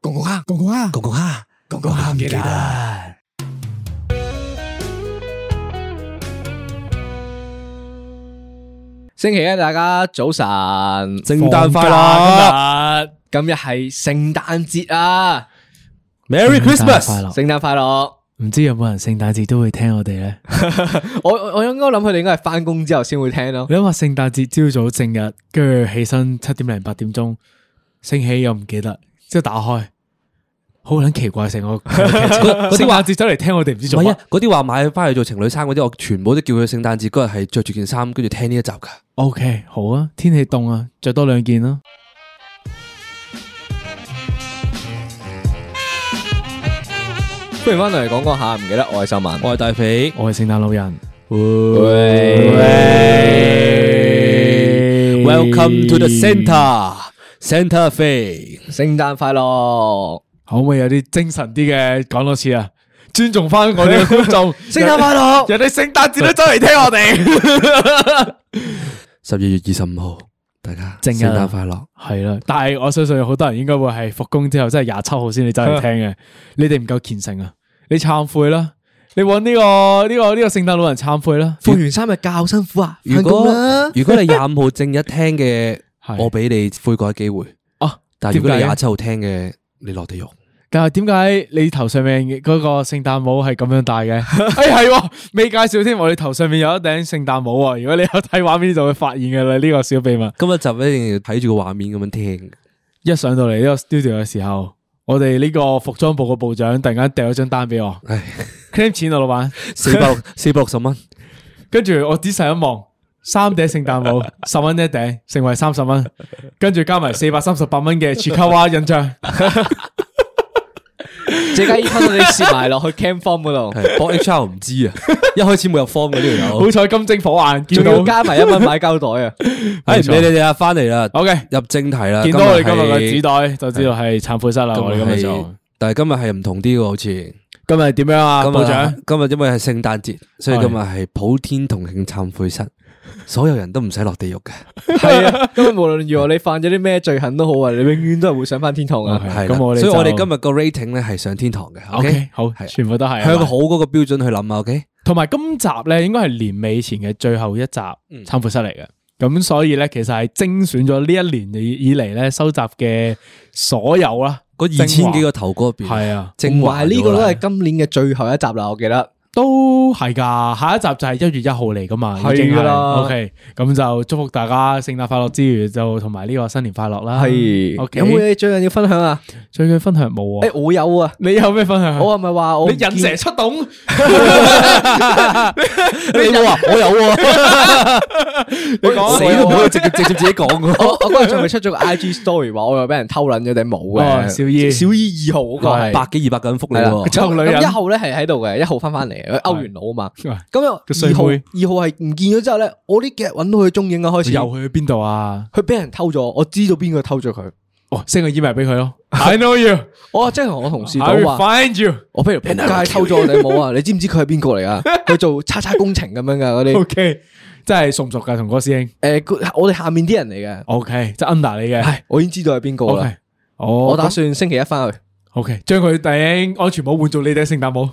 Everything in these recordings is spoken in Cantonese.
公公蝦，公公蝦，公公蝦，公公蝦唔記得。星期一大家早晨，聖誕快樂！今日係聖誕節啊， Merry Christmas！聖誕快樂！唔知有冇人聖誕節都會聽 我哋咧？ 我我我應該諗佢哋應該係翻工之後先會聽咯。你諗下聖誕節朝早正日，跟住起身七點零八點鐘，醒起又唔記得，之後打開，好撚奇怪成個 聖誕節走嚟聽我哋唔知唔做係乜啊。，嗰啲話買翻去做情侶衫嗰啲，我全部都叫佢聖誕節嗰日係着住件衫，跟住聽呢一集噶。 O、k 好啊，天氣凍啊，着多兩件啦。不如翻嚟講講下，唔記得我係秀文，我係大肥，我係聖誕老人。喂，Welcome to the Santa Santa Fe。聖誕快樂，可唔可以有啲精神啲嘅講多次啊？尊重翻我哋嘅觀 眾，聖誕快 樂！人哋聖誕節都走嚟聽我哋，十二月二十五號，大家正聖日啊誕快樂。係啦。但係我相信有好多人應該會係復工之後，真係廿七號先至走嚟聽嘅。你哋唔夠虔誠啊！你懺悔啦，你揾呢、個呢、個呢、個聖誕老人懺悔啦。放完三日假好辛苦啊，如翻工果啦如果你廿五號正日聽嘅，係我俾你悔改機會。啊，但係如果你點解廿七號聽嘅，你落地獄。但係點解你頭上面嗰個聖誕帽係咁樣戴嘅？哎係喎，未介紹添，我哋頭上面有一頂聖誕帽啊！如果你有睇畫面就會發現嘅啦，呢、個小秘密。今日集一定要睇住個畫面咁樣聽。一上到嚟呢個 studio 嘅時候，我哋呢個服裝部嘅部長突然間掉咗張單俾我唉， ，claim 錢啊，老闆。四百六四百六十蚊，跟住我仔細一望，三頂聖誕帽，十蚊一頂，成為三十蚊。跟住加埋四百三十八蚊嘅 Chikawa 印章，即刻要我哋攝埋落去 cam form 嗰度，係幫 HR 唔知啊，一開始冇入 form 嘅呢條好友。彩金睛火眼見仲要到。加埋一蚊買膠袋啊！哎，唔理你哋啊，翻嚟啦， OK，入正題啦。哦見到我哋今日啊係嘅紙袋就知道係懺悔室啦。我哋今今日日係做，但係今日係唔同啲嘅，好似。今日點樣啊，今部長？日今日因為係聖誕節，所以係今日係普天同慶懺悔室，所有人都唔使落地獄嘅。係啊，因為無論如何你犯咗啲咩罪行都好啊，你永遠都係會上翻天堂啊！ OK 係啦咁我哋所以我哋就今日個 rating 咧係上天堂嘅。 OK，好，係全部都係啊向好嗰個標準去諗啊。OK，同埋今集咧，應該係年尾前嘅最後一集嗯參悔室嚟嘅。咁所以咧，其實係精選咗呢一年以以嚟咧收集嘅所有啦，嗰二千幾個頭嗰邊係啊，精華呢個咗都啦係今年嘅最後一集啦，我記得。都係噶。下一集就係一月一號嚟噶嘛，係㗎啦已經 OK，咁就祝福大家聖誕快樂之餘，就同埋呢個新年快樂啦。有冇 OK，嘢最近要分享啊？最近分享冇誒啊？，我有啊，你有咩分享？我係咪話我你引蛇出洞，啊你冇啊？我有啊， 你講啊死都唔可以直接直接自己講 嘅。我我嗰日仲咪出咗個 I G story 話我又俾人偷撚咗頂帽哦嘅，小姨小姨二號嗰個係百幾二百個人覆你係啦，喎，臭女咁 人咁一號咧係喺度嘅，一號翻翻嚟嘅，歐元佬啊嘛。咁又嗯個衰二號妹二號係唔見咗之後咧，我呢幾日揾到佢蹤影啊，開始又去邊度啊？佢俾人偷咗，我知道邊個偷咗佢。哦，send 個 email 俾佢咯。I 啊 know you，我即係同我同事 I 講 will 話， find you。 我譬如仆街偷咗我頂帽啊！你知唔知佢係邊個嚟 啊？佢做叉叉工程咁樣噶嗰 O 啲， K，真系熟唔熟噶同嗰個師兄誒佢我哋下面啲人嚟？O K，即系 under 你嘅，嘅。係我已經知道係邊個 O 啦。 K，哦，我打算星期一翻去， O K，将佢頂安全帽換做你頂聖 誕帽，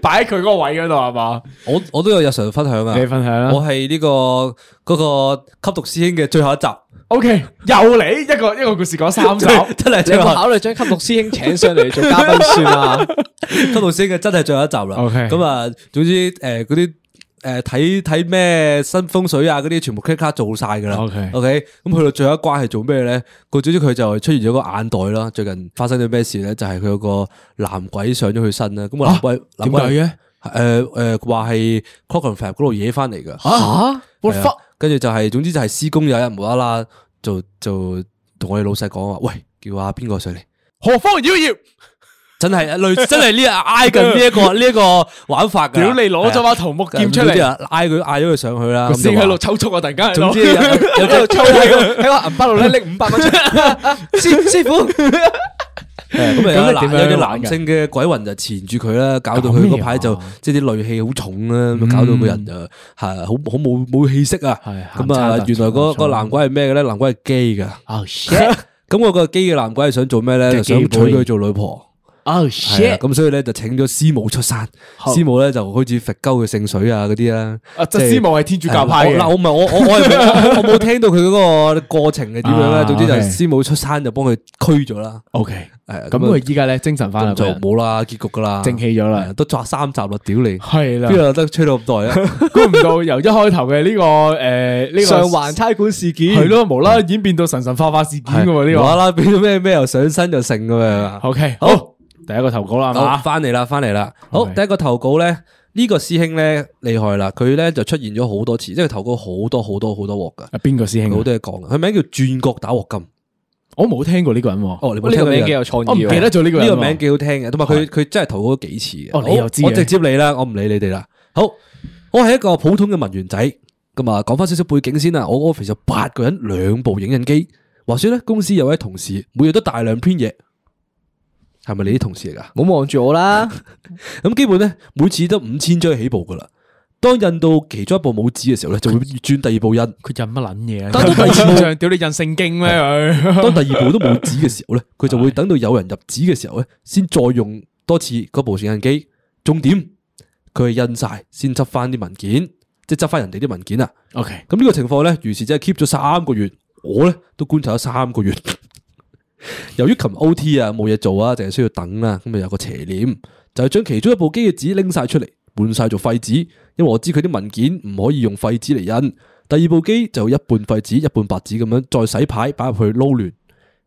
擺喺佢嗰個位嗰度係嘛？我我都有日常分享啊。你分享我啦。係呢個嗰個吸毒師兄嘅最後一集， O K，又嚟一個一個故事講 三集，真係 你最有冇後考慮將吸毒師兄請上嚟做嘉賓算 啊？吸毒師兄嘅真係最後一集啦。 OK 咁啊，總之誒嗰啲誒睇睇咩新風水啊嗰啲，全部 click 卡做晒噶啦。 OK OK，咁去到最後一關係做咩咧？個總之佢就係出現咗個眼袋啦。最近發生咗咩事咧？就係佢有個男鬼上咗佢身啦。咁個男鬼男點鬼解嘅？誒誒話係 c o c k o n Fab 嗰度惹翻嚟噶。吓，我係啊 fuck！跟住就係、總之就係施工有一日無啦啦就就同我哋老細講話，喂，叫阿邊個上嚟？何方妖孽？真係類，真係呢挨近呢一 個呢一個玩法㗎。屌你攞咗把桃木劍出啊係嚟，啊，嗌佢嗌咗佢上去啦。個咁就先話喺度抽搐啊！突然間， 總之有有喺度抽喺個喺個銀包度咧拎五百 蚊出嚟，師師傅誒咁咁啊有男你點樣有隻玩男㗎性嘅鬼魂就纏住佢啦，搞到佢嗰排就搞咩啊嗯即係啲戾氣好重啦，咁啊搞到個人就係好好冇冇氣息啊。係咁鹹啊餐，原來鹹嗰餐個男鬼係咩嘅咧？男鬼係基㗎。 Oh shit！咁我個基嘅男鬼係想做咩咧？就就想娶基妹佢做女婆。 Oh 係啊 shit！咁所以咧就請咗師母出山，好師母咧就好似佛鳩嘅聖水啊嗰啲啦。啊，即即係係師母係天主教派係嘅我嗱，我唔係我我我係冇我冇聽到佢嗰個過程係點樣啦。啊總之就 OK 師母出山就幫佢驅咗啦。 OK，係啊咁啊佢依家咧精神翻啦，咁就個人冇啦，結局噶啦，正氣咗係啊啦，都作三集啦，屌你，係啦邊度，有得吹到咁耐 啊？估唔到由一開頭嘅呢個誒呢個上環差館事件係咯，無啦啦演變到神神化化事件嘅喎嗯無啦呢啦變咗咩咩又上身又成咁樣啊個。。OK，好好，第一個投稿啦，係好，嘛？翻嚟啦，翻嚟啦。好，係第一個投稿咧，呢個師兄咧厲害啦，佢咧就出現咗好多次，即係佢投稿好多好多好多鑊噶，啊，邊個師佢兄好啊？多嘢講嘅。佢名叫轉角打鑊金。我冇聽過呢個人喎，哦，你冇呢聽過個呢名個幾有創我唔意喎，記得咗呢個呢人個喎。名幾好聽嘅，同埋佢佢真係投稿咗幾次嘅。哦你又知好我嘅直接你啦，我唔理你哋啦。好，我係一個普通嘅文員仔。咁啊，講翻少少背景先啦。我 office 有八個人，兩部影印機。話說咧，公司有位同事每日都大量編嘢，係咪你啲同事嚟噶？唔好望住我 啦，咁基本咧，每次都五千張起步噶啦。當印到其中一部冇紙嘅時候咧，就會轉第二部印。佢印乜撚嘢啊？但都印第二 千張，屌你印聖經咩佢？當第二部都冇紙嘅時候咧，佢就會等到有人入紙嘅時候咧，先再用多次嗰部影印機。重點佢係印晒先執翻啲文件，即係執翻人哋啲文件啊。 OK，咁呢個情況咧，如是者係 keep 咗三個月，我咧都觀察咗三個月。 由於琴 O T 啊，冇嘢做啊，淨係需要等啦，咁咪有個邪念，就係將其中一部機嘅紙拎晒出嚟，換晒做廢紙，因為我知佢啲文件唔可以用廢紙嚟印。第二部機就一半廢紙，一半白紙咁樣再洗牌擺入去撈亂。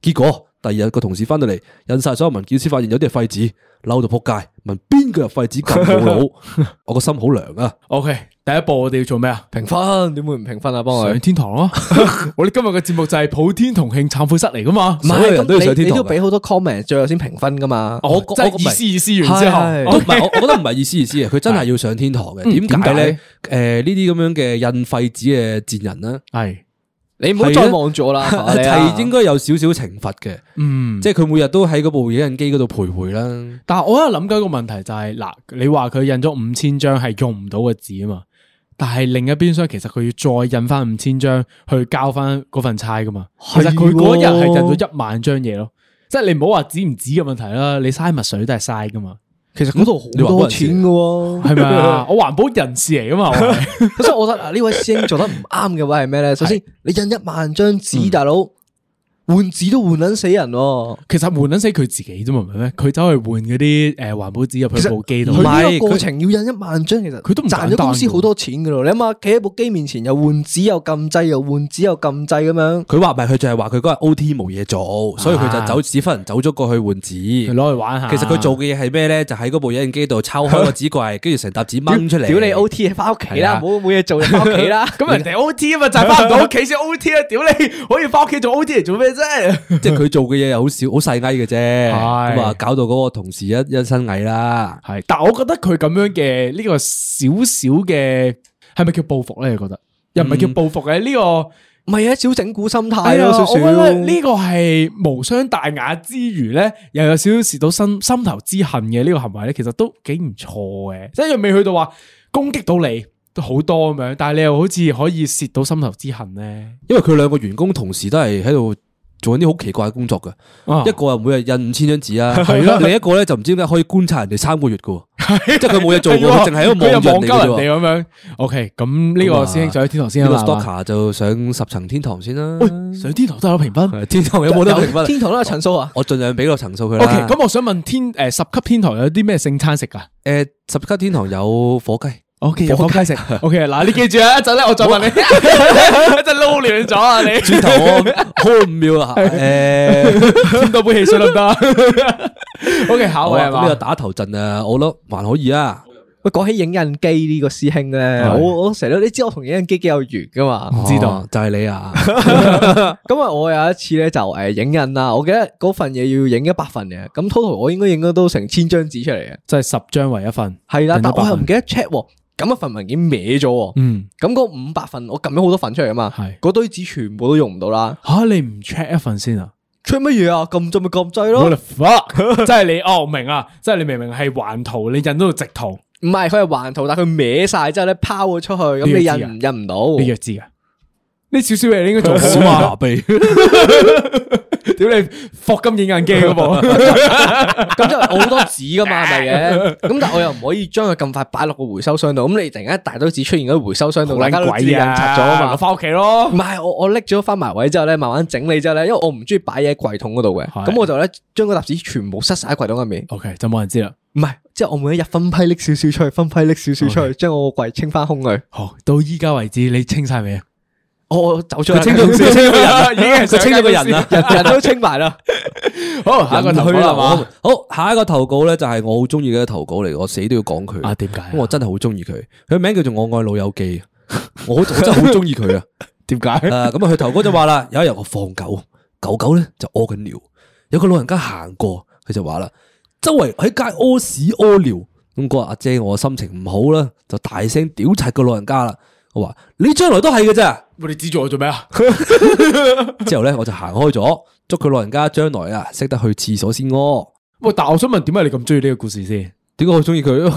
結果第二日個同事翻到嚟，印晒所有文件，先發現有啲係廢紙，嬲到撲街，問邊個入廢紙咁冇腦，我個心好涼啊！ OK，第一步我哋要做咩啊？評分點會唔評分啊？幫上佢。天堂咯！哦 我哋今日嘅節目就係普天同慶懺悔室嚟噶嘛唔？係所有人都要咁上天你你堂都㗎俾好多 comment，最後先評分噶嘛。我即係意思意思完之後係哦係嗯我唔，OK，係，我我覺得唔係意思意思嘅，佢真係要上天堂嘅。點解咧？誒，呢啲咁樣嘅印廢紙嘅賤人咧，係你唔好再望住我啦，麻煩你啊係應該有少少懲罰嘅，嗯。即係佢每日都喺嗰部影印機嗰度徘徊啦。但係我喺度諗緊一個問題就係、嗱，你話佢印咗五千張係用唔到嘅紙啊嘛，但係另一邊廂其實佢要再印翻五千張去交翻嗰份差噶嘛，其實佢嗰日係印咗一萬張嘢咯，即係你唔好話紙唔紙嘅問題啦，你嘥墨水都係嘥噶嘛，其實嗰度好多錢噶喎，係咪啊？我環保人士嚟噶嘛，我 係所以我覺得啊嗱呢位師兄做得唔啱嘅位係咩咧？首先你印一萬張紙，大佬換紙都換撚死人喎。其實換撚死佢自己啫嘛，明唔明？佢走去換嗰啲誒環保紙入去部機度唔其實，係佢呢個過程要印一萬張，其實佢都唔簡賺單咗公司好多錢噶咯。你諗下，企喺部機面前又換紙又撳掣，又換紙又撳掣咁樣，佢話唔係，佢就係話佢嗰日 O T 冇嘢做，所以佢就啊走屎忽人走咗過去換佢紙。攞去玩下。其實佢做嘅嘢係咩咧？就喺嗰部影印機度抄開個紙 櫃，跟住成沓紙掹出嚟。屌你 O T 係翻屋企啦，係啊冇冇嘢做就翻屋企啦。咁人哋 O T 啊嘛，就係翻唔到屋企先 O T 啊！屌你，可以翻屋企做 O T 啊嚟做咩啫？即係佢做嘅嘢又好少，好細埃嘅啫。係咁啊，搞到嗰個同事一一身蟻啦。系，但我覺得佢咁樣嘅呢、個少少嘅係咪叫報復咧？你覺得又唔係叫報復嘅呢個？唔係啊，小整蠱心態係咯，啊，少我覺少得。呢個係無傷大雅之餘咧，又有少少蝕到心心頭之恨嘅呢個行為咧，其實都幾唔錯嘅，即係又未去到話攻擊到你都好多咁樣，但係你又好似可以蝕到心頭之恨咧。因為佢兩個員工同時都係喺度做緊啲好奇怪嘅工作嘅，啊一個啊每日印五千張紙 係啊，咯另一個咧就唔知點解可以觀察人哋三個月嘅 喎，即係佢冇嘢做嘅，係 喎佢淨係喺度佢又望住人哋嘅鳩啫喎。啊人哋咁樣。OK，咁呢個師兄上咗天堂先呢個啦。係嘛 stalker 就上十層天堂先啦。上天堂都有評分。係天堂有冇得評分？天堂都有陳數啊！我盡量俾個層數佢 O 啦。 K，咁我想問天诶十級天堂有啲咩聖餐食噶？誒十級天堂有火雞， O K，有火雞食。O K，嗱，你記住啊，一陣咧，我再問你， 一陣撈亂咗啊，你轉頭我好唔妙 啊！誒，添多杯汽水得唔得？O K，下一好位啊係咁呢個嘛？打頭陣啊，我覺得還可以啊。喂，講起影印機呢個師兄咧，係我我成日都你知我同影印機幾有緣噶嘛，唔知道就係你啊，咁啊，我有一次咧就誒影印啦，我記得嗰份嘢要影一百份嘅，咁 total 我應該影咗都成千張紙出嚟嘅，即系十張為一份。係啦，定但咗百我又唔份記得 check 喎，咁一份文件歪咗喎，嗯，咁嗰五百份我撳咗好多份出嚟啊嘛，係嗰堆紙全部都用唔到啦吓你唔 check 一份先啊 check 乜嘢啊？撳掣咪撳掣咯？What the，fuck！即 係你哦，我明啊，即係你明明係環圖，你印到直圖，哦唔係佢係環圖，但佢歪晒之後咧拋咗出去，咁你你要知印唔印唔到？你弱智啊噶？呢少少嘢你應該做小好馬啊拿！鼻。 屌你霍金影印機嗰部， 咁就好多紙噶嘛，係咪 嘅？咁但係我又唔可以將佢咁快擺落個回收箱度，咁你突然間一大堆紙出現喺回收箱度，大家都知印刷咗啊嘛。翻屋企咯 唔。係，我我拎咗翻埋位之後咧，慢慢整理之後咧，因為我唔中意擺嘢喺櫃桶嗰度嘅，係咁我就咧將嗰沓紙全部塞晒喺櫃桶入面。 OK，就冇人知啦。唔係，即係我每一日分批拎少少出去，分批拎少少出去，將我個櫃清翻空佢。好，到依家為止，你清晒未啊？我我走咗啦，佢清咗佢清咗個人啦已經係佢清咗個 人啦上街人人都清埋啦。好，下一個投稿啦啊嘛。好，下一個投稿咧就係我好中意嘅投稿嚟，我死都要講佢。啊，點解啊？因為我真係好中意佢，佢名叫做我愛老友記，我我真係好中意佢啊！點解？诶，咁啊，佢頭哥就話啦，有一日我放狗，狗狗咧就屙緊尿，有個老人家行過，佢就話啦，周圍喺街屙屎屙尿，咁嗰日阿姐我心情唔好啦，就大聲屌柒個老人家啦，我話你將來都係嘅咋， 喂你指住我做咩啊？之後咧我就行開咗，祝佢老人家將來啊識得去廁所先屙。喂，但我想問，點解你咁中意呢個故事先？點解我中意佢？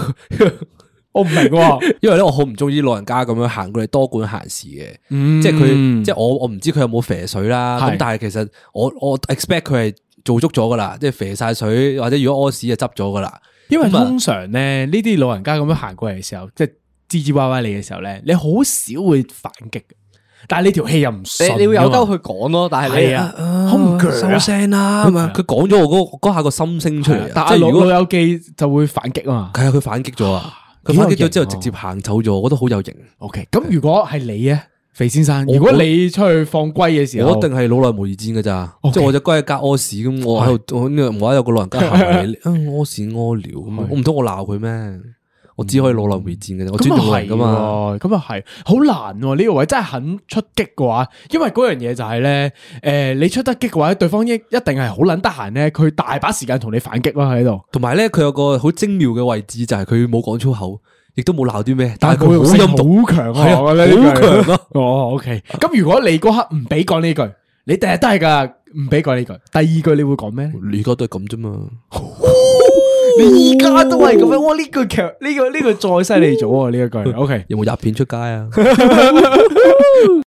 我唔明喎。因為咧，我好唔中意老人家咁樣行過嚟多管閒事嘅， 嗯即係佢，即係我我唔知佢有冇啡水啦。咁係但係其實我我 expect 佢係做足咗噶啦，即係啡晒水或者如果屙屎就執咗噶啦。因為咁啊通常咧，呢啲老人家咁樣行過嚟嘅時候，即係吱吱歪歪你嘅時候咧，你好少會反擊嘅。但係你條氣又唔你順㗎嘛，你會有鳩佢講咯，但啊係你係啊好唔鋸啊收聲啦咁啊！佢講咗我嗰嗰下個心聲出嚟但啊，係即係老如老果友記就會反擊啊嘛。係啊，佢反擊咗啊！佢幾有反擊咗之後型直喎接行走咗，我覺得好有型。 OK，咁如果係你啊，肥先生，我如果你出去放龜嘅時候，我一定係老來無二戰噶咋， OK 即係我只龜喺隔屙屎咁，我喺度我呢度無啦啦有個老人家行嚟，啊屙屎屙尿咁啊，我唔通我鬧佢咩？我只可以老來無二戰嘅啫，我尊重咁老啊人係噶嘛。喎，咁啊係，好難喎呢個位真係肯出擊嘅話，因為嗰樣嘢就係咧，誒你出得擊嘅話，對方一一定係好撚得閒咧，佢大把時間同你反擊啦喺度。同埋咧，佢有個好精妙嘅位置，就係佢冇講粗口，亦都冇鬧啲咩，但但係係佢佢好好陰毒，音好強係啊，啊我覺得呢句好強啊。 哦，OK，咁如果你嗰刻唔俾講呢句，你第日都係㗎，唔俾講呢句。第二句你會講咩咧？你而家都係咁啫嘛。你而家都係咁樣，哇！呢句劇呢個呢個再犀利咗啊！呢一句，OK。有冇入片出街 啊？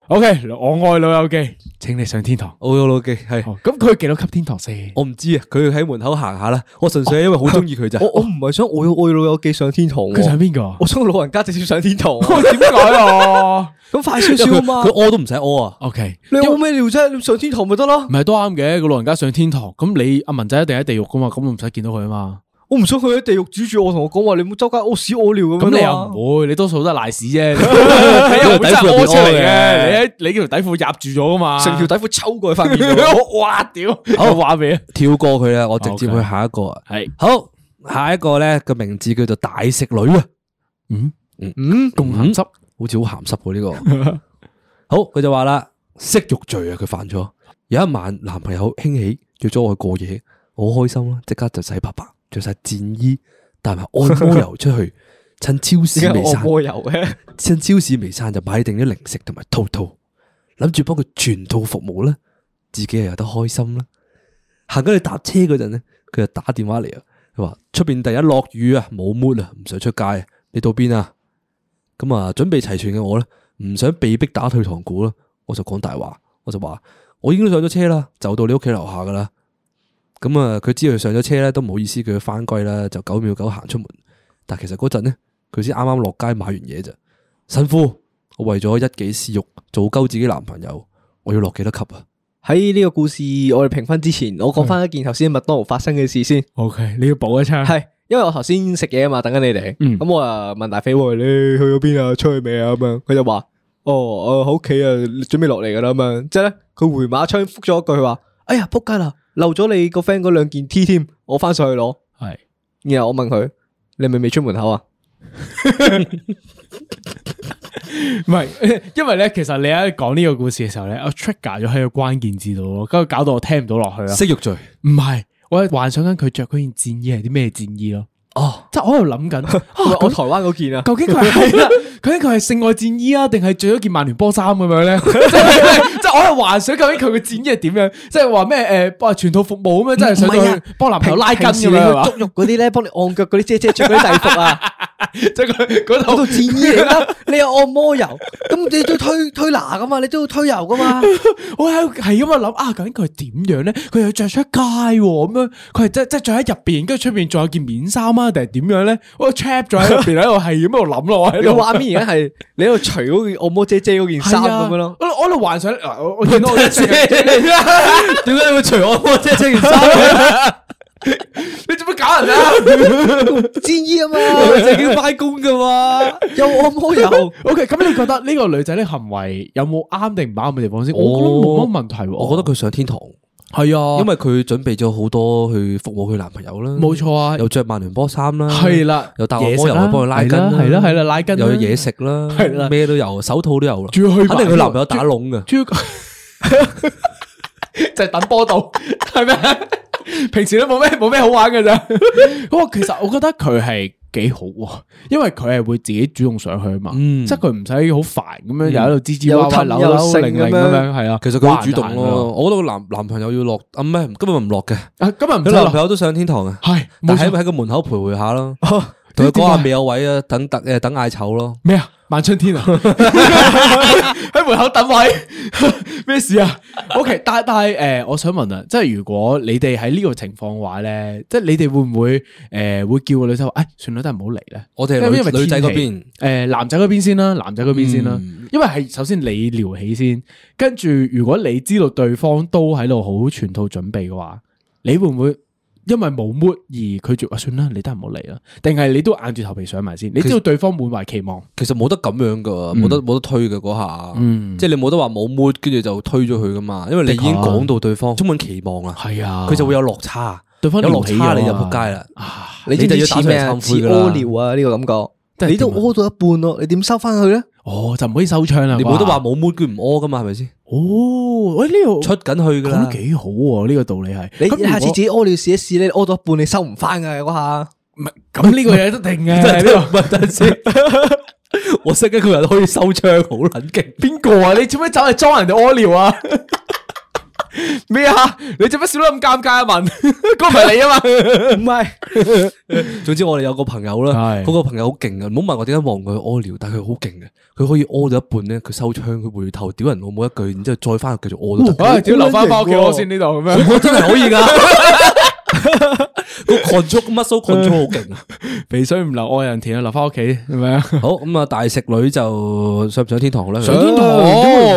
O、k 我愛老友記，請你上天堂。我有老記係，哦咁佢幾多級天堂先？我唔知啊。佢喺門口行下啦，我純粹係因為哦好中意佢咋。我我唔係想我要我要老友記上天堂喎，佢想邊個？我想老人家直接上天堂 喎。點解 啊咁快少因少為啊佢嘛佢。屙都唔使屙啊。 ？O K，你有咩料啫？你上天堂咪得咯 唔。係都啱嘅。個老人家上天堂，咁你阿文仔一定喺地獄噶嘛，咁我唔使見到佢啊嘛。我唔想佢喺地獄主住我，同我講話你唔好周街屙屎屙尿咁咁樣。啊你又？唔會，你多數都係賴屎 啫，你又唔會真係屙出嚟嘅。你喺你條底褲入住咗噶嘛？成條底褲抽過去塊面度。底，哇屌！好話俾啊，跳過佢啦，我直接去 OK 下一個啊。係好，下一個咧個名字叫做大食女啊，嗯嗯，咁鹹濕，好似好鹹濕喎呢個。好，佢就話啦，色欲罪啊，佢犯咗。有一晚男朋友興起約咗我去過夜，我好開心啊啦，即刻就洗白白，着晒戰衣，帶埋按摩油出去，趁超市點解未我散。波油嘅？趁超市未散就買定啲零食同埋套套，諗住幫佢全套服務啦，自己又有得開心啦。行緊去搭車嗰陣咧，佢就打電話嚟啊，佢話出邊第一落雨啊，冇 mood 啊，唔想出街啊，你到邊啊？咁啊，準備齊全嘅我咧，唔想被逼打退堂鼓啦，我就講大話，我就話我已經上咗車啦，就到你屋企樓下噶啦。咁啊，佢知道佢上咗車咧，都唔好意思叫佢翻歸啦，就九秒九行出門。但其實嗰陣咧，佢先啱啱落街買完嘢咋。神父，我為咗一己私欲，做鳩自己男朋友，我要落幾多級啊？喺呢個故事我哋評分之前，我講翻一件頭先麥當勞發生嘅事先。 O K，你要補一槍。係，因為我頭先食嘢啊嘛，等緊你哋。嗯咁我啊問大飛喂，你去咗邊啊？出去未啊？咁樣，佢就話：哦，我喺屋企啊，準備落嚟噶啦。咁樣，之後咧，佢回馬槍復咗一句佢話：哎呀，仆街啦，漏咗你個 friend 嗰兩件 T 添，我翻上去攞。係然後我問佢：你係咪未出門口啊？ 唔系， 因为咧，其实你一讲呢个故事嘅时候咧，我 trigger 咗喺个关键字度咯，跟住搞到我听唔到落去啦。啊色欲罪唔系，我係幻想紧佢着嗰件战衣系啲咩战衣咯。哦，即系我喺度谂 紧，啊我台湾嗰件啊，究竟佢 系啦，究竟佢系性爱战衣啊，定系着咗件曼联波衫咁 样咧？即系即系我喺度幻想究竟佢嘅战衣系点样？即系话咩诶，哇全套服务咁样，即系唔係上啊去帮男朋友拉筋咁平時样 你 係嘛去？足浴嗰啲咧，幫你按腳嗰啲姐姐着嗰啲制服啊，即系佢嗰嗰套度戰衣嚟 啦，你有按摩油，咁你都要推推拿噶嘛，你都要推油噶嘛，我喺系咁啊谂啊，究竟佢係點樣咧？佢又着出街喎，咁樣佢係即即係着喺入边，跟住出边仲有件面衫啊，定係點樣咧？我 trap 咗喺入边，喺度係咁喺啊度諗咯，我喺你度個畫面而家係你喺度除嗰件按摩姐姐嗰件衫咁樣 咯。係啊我我喺度幻想，嗱我我见到 我一隻嘅点解会除按摩姐姐件衫？你做乜搞人啊？战衣啊嘛，正经翻工噶嘛，有啊按摩油。 O K，咁你覺得呢個女仔呢行為有冇啱定唔啱嘅地方先？我覺得我冇乜問題喎，我覺得佢上天堂，係啊，因為佢準備咗好多去服務佢男朋友啦，冇錯啊又着曼聯波衫啦，係啦又搭按摩油去幫佢拉筋啦，係啦係啦係啦拉筋啦又有嘢食啦，係啦咩都有，手套都有啦，仲要去埋肯定佢男朋友打窿噶，豬 就係等波度，係咪？平時都冇咩冇咩好玩 嘅咋。咁我其實我覺得佢係幾好喎，因為佢係會自己主動上去啊嘛，嗯即係佢唔使好煩咁樣，又喺度吱吱哇又哇、氹扭又扭、剩零零咁咁樣樣，係啊。其實佢好主好動閒閒咯，我覺得佢男男朋友要落，啊唔係今日唔落嘅，啊，今日唔佢使男朋啦，友都上天堂啊，係冇但喺錯哦喺個門口徘徊下咯，同佢講下未有位啊，等等誒等嗌丑咯。咩啊？萬 春天啊！喺門口等位， 咩 事啊？OK，但但係诶、呃我想問啊，即係如果你哋喺呢個情況嘅話咧，即係你哋會唔會诶、呃、会叫個女仔話，诶、算啦，都係唔好嚟啦。我哋係因為女因為女仔天氣嗰邊，嗯诶、男仔嗰邊先啦，男仔嗰邊先啦，因為係首先你撩起先，跟住如果你知道對方都喺度好全套準備嘅話，你會唔會因為冇 mood 而拒絕？啊，算啦，你都係唔好嚟啦，定係你都硬住頭皮上埋先？你知道對方滿懷期望，其實冇得咁樣噶，冇得冇得推嘅嗰下，嗯即係你冇得話冇 mood，跟住就推咗佢噶嘛，因為你已經講到對方充滿期望啦，係啊佢就會有落差，對方有落撩起咗啊差你就仆街啦，啊，你知唔就知要打似上咩嚟啊？似懺悔噶啦屙，尿啊！呢個感真覺，係你都點啊屙到一半咯，你點收翻佢咧？哦，就唔可以收槍啦，你冇得哇話冇 mood 佢唔屙噶嘛，係咪先？哦，喂呢個出緊去噶講啦得，幾好喎，呢個道理係。你咁如下次果自己屙尿試一試咧，你屙到一半你收唔翻噶嗰下。唔係咁呢個嘢一定 嘅，呢個係等陣先， 我識一個人可以收槍，好撚勁。边个啊？你做咩走嚟裝人哋屙尿啊？咩啊？你做乜笑得咁尷尬啊？文， 嗰唔係你啊嘛？唔係，總之我哋有個朋友啦，係嗰個朋友好勁嘅，唔好問我點解望佢屙尿，但係佢好勁嘅，啊佢可以屙到一半咧，佢收槍，佢回頭屌人老母一句，然之後再翻去繼續屙都得。 唉，屌留翻翻屋企我先呢度咁樣，我 真係可以噶，個 control muscle control 好勁啊！肥水唔流外人田啊，留翻屋企係咪啊？好咁啊，大食女就上唔上天堂咧？上天堂唔想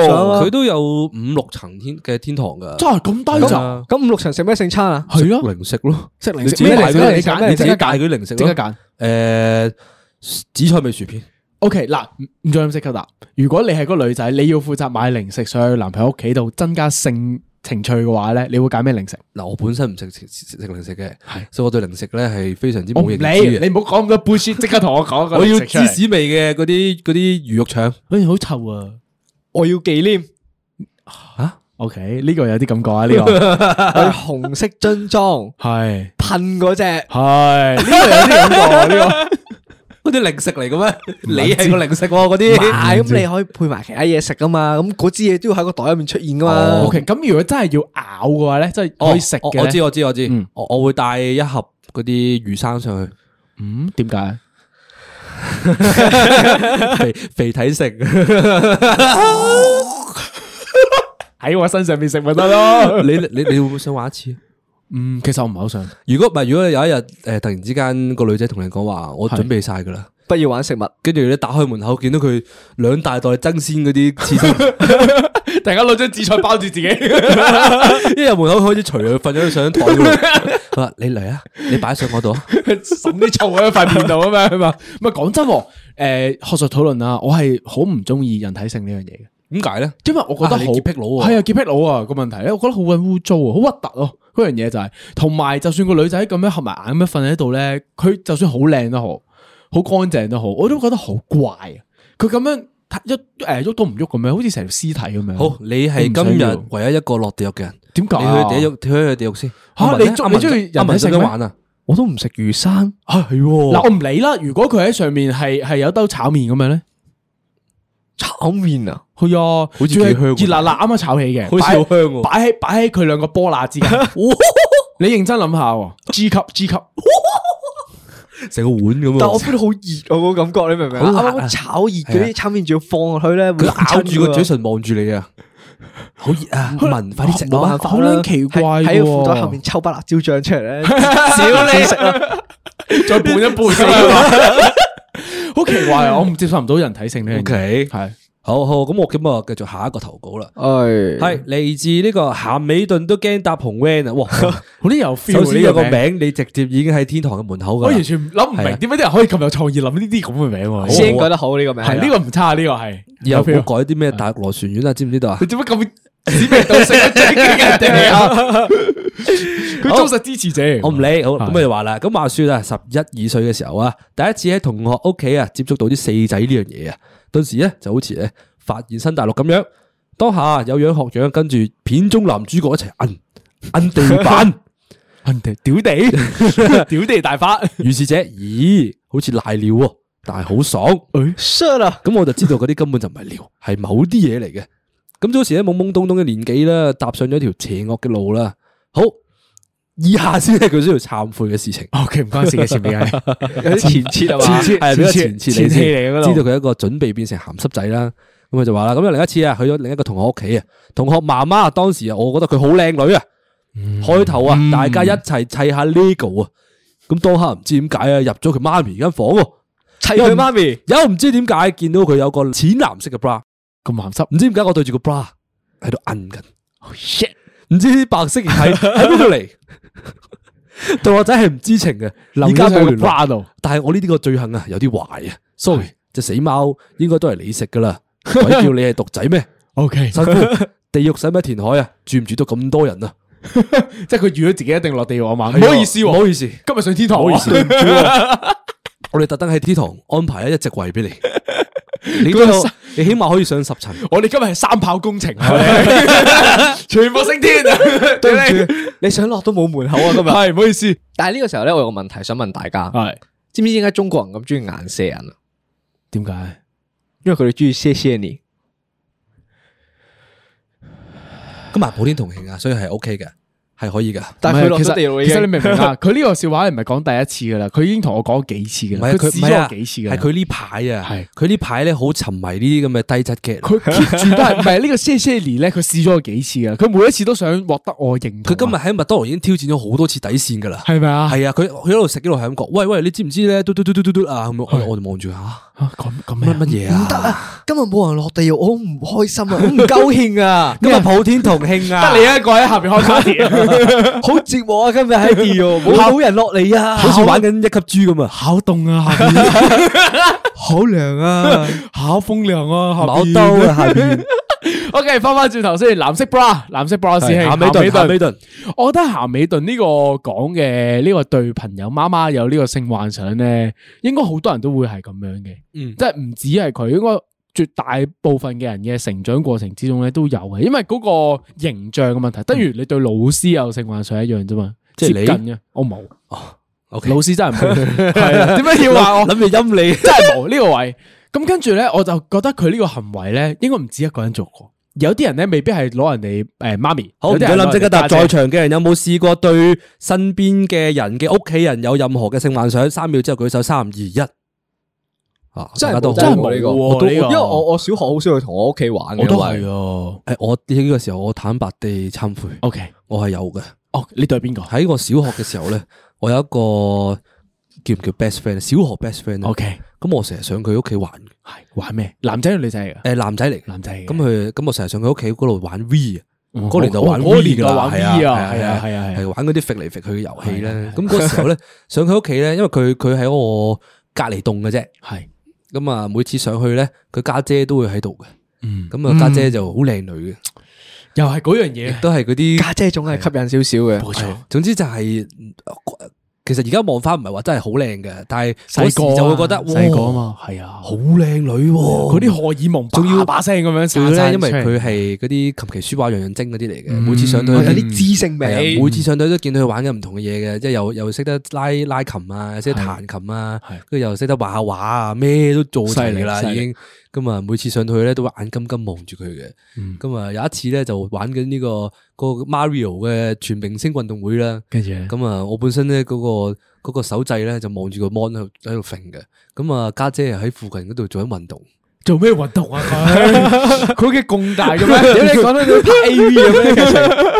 啊哦佢都有五六層天嘅天堂噶，真係咁低咋？咁五六層食咩聖餐啊？係啊，零食咯，食零你食自己咩買零嗰食啲你零食揀，你你自即己刻戒嗰啲揀，零食即刻咯。揀。诶，紫菜味薯片， O K，嗱，唔唔再咁即刻答。如果你係嗰個女仔，你要負責買零食上去男朋友屋企度增加性情趣嘅話咧，你會揀咩零食？嗱，我本身唔食食食零食嘅，所以我對零食咧係非常之我冇唔認理，知你嘅。唔好講咁多 bullshit，即刻同我講一個我要零食出嚟芝，士味嘅嗰啲嗰啲魚肉腸，好似好臭啊！我要忌 廉， O K，呢個有啲感覺啊，呢個我要紅色樽裝係噴嗰只。係呢個有啲感覺啊，呢嗰啲零食嚟嘅咩？你係個零食喎，嗰唔啲。係咁你可以配埋其他嘢食噶嘛，咁嗰支嘢都要喺個袋入面出現噶嘛個。O K，咁如果真係要咬嘅話咧，即係可以食哦嘅我我呢知我知我知嗯，我我会带一盒嗰啲魚生 上去，嗯，點解？肥肥體食。 喺我身上面食咪得咯。你你你會唔會想玩一次？嗯，其實我唔係好 想。如果唔係，如果有一日诶，突然之間個女仔同你講話，我準備晒㗎啦。不要玩食物，跟住你打開門口，見到佢兩大袋爭鮮嗰啲刺身， 突然間攞張紫菜包住自己，一入門口開始除佢，瞓咗上台 嗰度。佢話：你嚟啊，你擺上我度啊。滲啲臭喺塊面度啊 嘛，係嘛？唔係講真喎，诶，學術討論啊，我係好唔中意人體性呢樣嘢嘅，點解咧？因為我覺得啊好你潔癖佬喎係啊，潔癖佬啊個問題咧，我覺得好撚污糟啊，好核突咯。嗰樣嘢就係，同埋就算個女仔咁樣合埋眼咁樣瞓喺度咧，佢就算好靚都好，好乾淨都好，我都覺得好怪啊！佢咁樣一诶喐都唔喐咁樣，好似成條屍體咁樣。好，你系嗯都唔今需日要唯一一个落地狱嘅人，點解你去啊？地狱，你去地狱先。嚇阿文呢你中阿文你中意阿文人體食想緊咩玩啊？我都唔食魚生，啊系嗱嗱，我唔理啦。如果佢喺上面係系有兜炒麵咁樣咧，炒面啊，係啊，好似幾仲係香喎熱辣辣啱啱炒起嘅，好似好香喎擺喺擺喺佢兩個波罅 之間。你認真諗下喎，G 級 G 級，成个碗咁但我啊！ feel 到好熱，我個感覺你明唔明好啊？辣啊啱啱炒熱嗰係啊啲炒面仲要放落去咧，會佢咬住親个㗎嘛嘴唇望住你啊！好热啊！阿文，快啲食冇辦啦！法好啦撚奇怪喺啊喺嘅個褲袋喎後面抽包辣椒醬出嚟 咧，少你食啦，再拌 一拌好奇怪啊！我唔接受唔到人體性呢樣 O 嘢。 K，係好好咁，我咁啊，繼續下一個投稿啦。係係嚟自呢個咸美頓都驚搭紅 van 啊！哇，好啲有 feel 首啊先呢有個個名。哦名，你直接已經喺天堂嘅門口我噶啦完。全諗唔係啊明點解啲人可以咁有創意諗呢啲咁嘅名喎。好先改得好呢個名，啊係呢個唔差，呢個係有冇 feel 改啲咩大陸螺旋丸啊？知唔知道啊你？做乜咁指名道姓嘅人 哋啊？佢忠實支持者嚟㗎，我唔理，好係咁就話啦。咁話说啊，十一二歲嘅時候啊，第一次喺同學屋企啊，接觸到啲四仔呢樣嘢啊，頓時咧就好似咧發現新大陸咁樣。當下有樣學樣，跟住片中男主角一齊摁 摁地板。人哋屌 地屌地大法，於是者，咦，好似瀨尿喎，但係好爽。 shut 啦，咁我就知道嗰啲根本就唔係尿，係某啲嘢嚟嘅。咁早時咧懵懵懂懂嘅年紀啦，踏上咗一條邪惡嘅路啦。好，以下先係佢需要懺悔嘅事情。 OK，唔關事嘅前面係有啲前設係嘛？系比較啊前設前嚟設嚟先，嘅嗰知度道佢一個準備變成鹹濕仔啦。咁佢就話啦，咁有另一次啊，去咗另一個同學屋企啊，同學媽媽當時啊，我覺得佢好靚女啊。嗯開頭啊，大家一齊砌下 LEGO 啊，咁當刻唔知點解啊，入咗佢媽咪間房喎，砌佢媽咪，又唔知點解見到佢有個淺藍色嘅 bra。咁鹹濕唔知點解我對住個 bra 喺度摁緊 shit，唔知啲白色液體喺邊度嚟？同學仔係唔知情嘅，留而家咗冇喺個聯絡。 bra 度，但係我呢啲個罪行啊，有啲壞啊，sorry，只死貓應該都係你食噶 啦，鬼叫你係毒仔 咩？ OK，辛苦，地獄使唔使填海啊？住唔住到咁多人啊？哎即係佢預咗自己一定落地獄啊嘛。唔好意思唔喎，好意思，今日上天堂，啊唔好意思，對唔住喎我哋特登喺 T 堂安排咗一隻位 俾你，你都有，你起碼可以上十 層。 我哋今日係三炮工程啊，我哋全部升天啊！ 對 唔住，你想落都冇門口啊今日。啊係唔好意思， 但係呢個時候咧，我有個問題想問大家，係知唔知點解中國人咁中意眼射人啊？點解？因為佢哋中意謝謝你。今日普天同慶啊，所以係 OK 嘅，係可以嘅。但唔係係佢落其實咗地路已其實經你明唔明啊？佢呢個笑話唔係講第一次噶啦，佢已經同我講咗幾次唔噶啦，係佢佢唔指係咗我啊，幾次係噶啦。佢呢排啊，係佢呢排咧好沉迷呢啲咁嘅低質嘅。佢 keep 住都係唔係呢個 s h a s h l y 咧？佢試咗我幾次㗎啦，佢每一次都想獲得我認佢同啊。今日喺麥當勞已經挑戰咗好多次底線㗎啦。係咪啊？係啊，佢佢一路食一路係咁講，喂喂，你知唔知咧？嘟嘟嘟嘟嘟嘟啊！咁樣我我哋望住嚇啊咁咁咩乜啊乜嘢啊？得啊！今日冇人落地獄，我好唔開心啊，好唔高興 啊，今日普天同慶啊！得你一個喺下邊開 party，好折磨啊！今日 喺地獄，冇冇人落嚟啊，好似玩緊一級豬咁啊！考凍啊，下邊好涼啊，考風涼啊，下冇邊刀啊！下邊 OK，翻翻轉頭先，藍色 bra，藍色 bra 師兄，下尾鹹頓，下美尾頓，我覺得鹹美頓呢個講嘅呢個對朋友媽媽有呢個性幻想咧，應該好多人都會係咁樣嘅，嗯即係唔止係佢，應該絕大部分嘅人嘅成長過程之中咧都有嘅，因為嗰個形象嘅問題，等如你對老師有性幻想一樣啫嘛，即係你接近嘅，我 冇， ，OK 老。師真係唔會係啊， 點解要話我諗住陰你，真係冇呢個位？咁跟住咧，我就覺得佢呢個行為咧，應該唔止一個人做過。有啲人咧，未必係攞人哋誒媽咪，好唔有啲想人諗即刻攞人哋答。家在姐場嘅人有冇試過對身邊嘅人嘅屋企人有任何嘅性幻想？三秒之後舉手，三二一。啊，真大係家都好真係冇呢個我都呢因個我為我我小學好少去同我屋企玩嘅，我都因為係啊。誒我呢個時候我坦白地懺悔， O K，我係有嘅。哦，你對邊個喺我小學嘅時候咧，我有一個叫唔叫 best friend？小學 best friend 啊？O K，咁我成日上佢屋企玩嘅，係玩咩？男仔定女仔嚟噶？誒男仔嚟嘅。男仔嚟嘅。咁佢咁我成日上佢屋企嗰度玩 V 啊，嗯嗰年代玩我我 V 嗰年噶代啦，玩 V 係啊，係係啊，係啊，係係啊。玩嗰啲揈嚟揈去嘅遊戲咧係。啊咁嗰時候 咧，上佢屋企咧，因為佢佢喺我隔離棟嘅啫。係，咁啊，每次上去咧，佢家姐都會喺度嘅。嗯，咁啊，家姐就好靚女嘅，又係嗰樣嘢 亦，都係嗰啲。啊家姐總係吸引少少嘅，冇錯。總之就係呃其實而家望翻唔係話真係好靚嘅，但係嗰細時個就會覺得细个啊，哇嘛，系啊，好靚女喎，嗰啲荷爾蒙啊仲要叭聲咁樣仲散要咧，散因為出嚟佢係嗰啲琴棋書畫樣樣精嗰啲嚟嘅，嗯每次上到有去嗯啲啲知性係啊哎味，每次上到去都見到佢玩緊唔同嘅嘢嘅，即係又又識得拉拉琴啊，識得彈琴啊係，跟住又識得畫畫啊，咩都做齊㗎啦犀利已經。咁啊，每次上到去咧都會眼金金望住佢嘅。嗯咁啊，有一次咧就玩緊呢個個 Mario 嘅全明星運動會啦。跟住呢咁啊，我本身咧嗰、個嗰個手掣咧就望住個 mon 喺度喺度揈嘅。咁啊，家姐係喺附近嗰度做緊運動。做咩運動啊？ 佢佢嘅共大嘅咩？ 屌你講得佢拍 A V 嘅咩？其實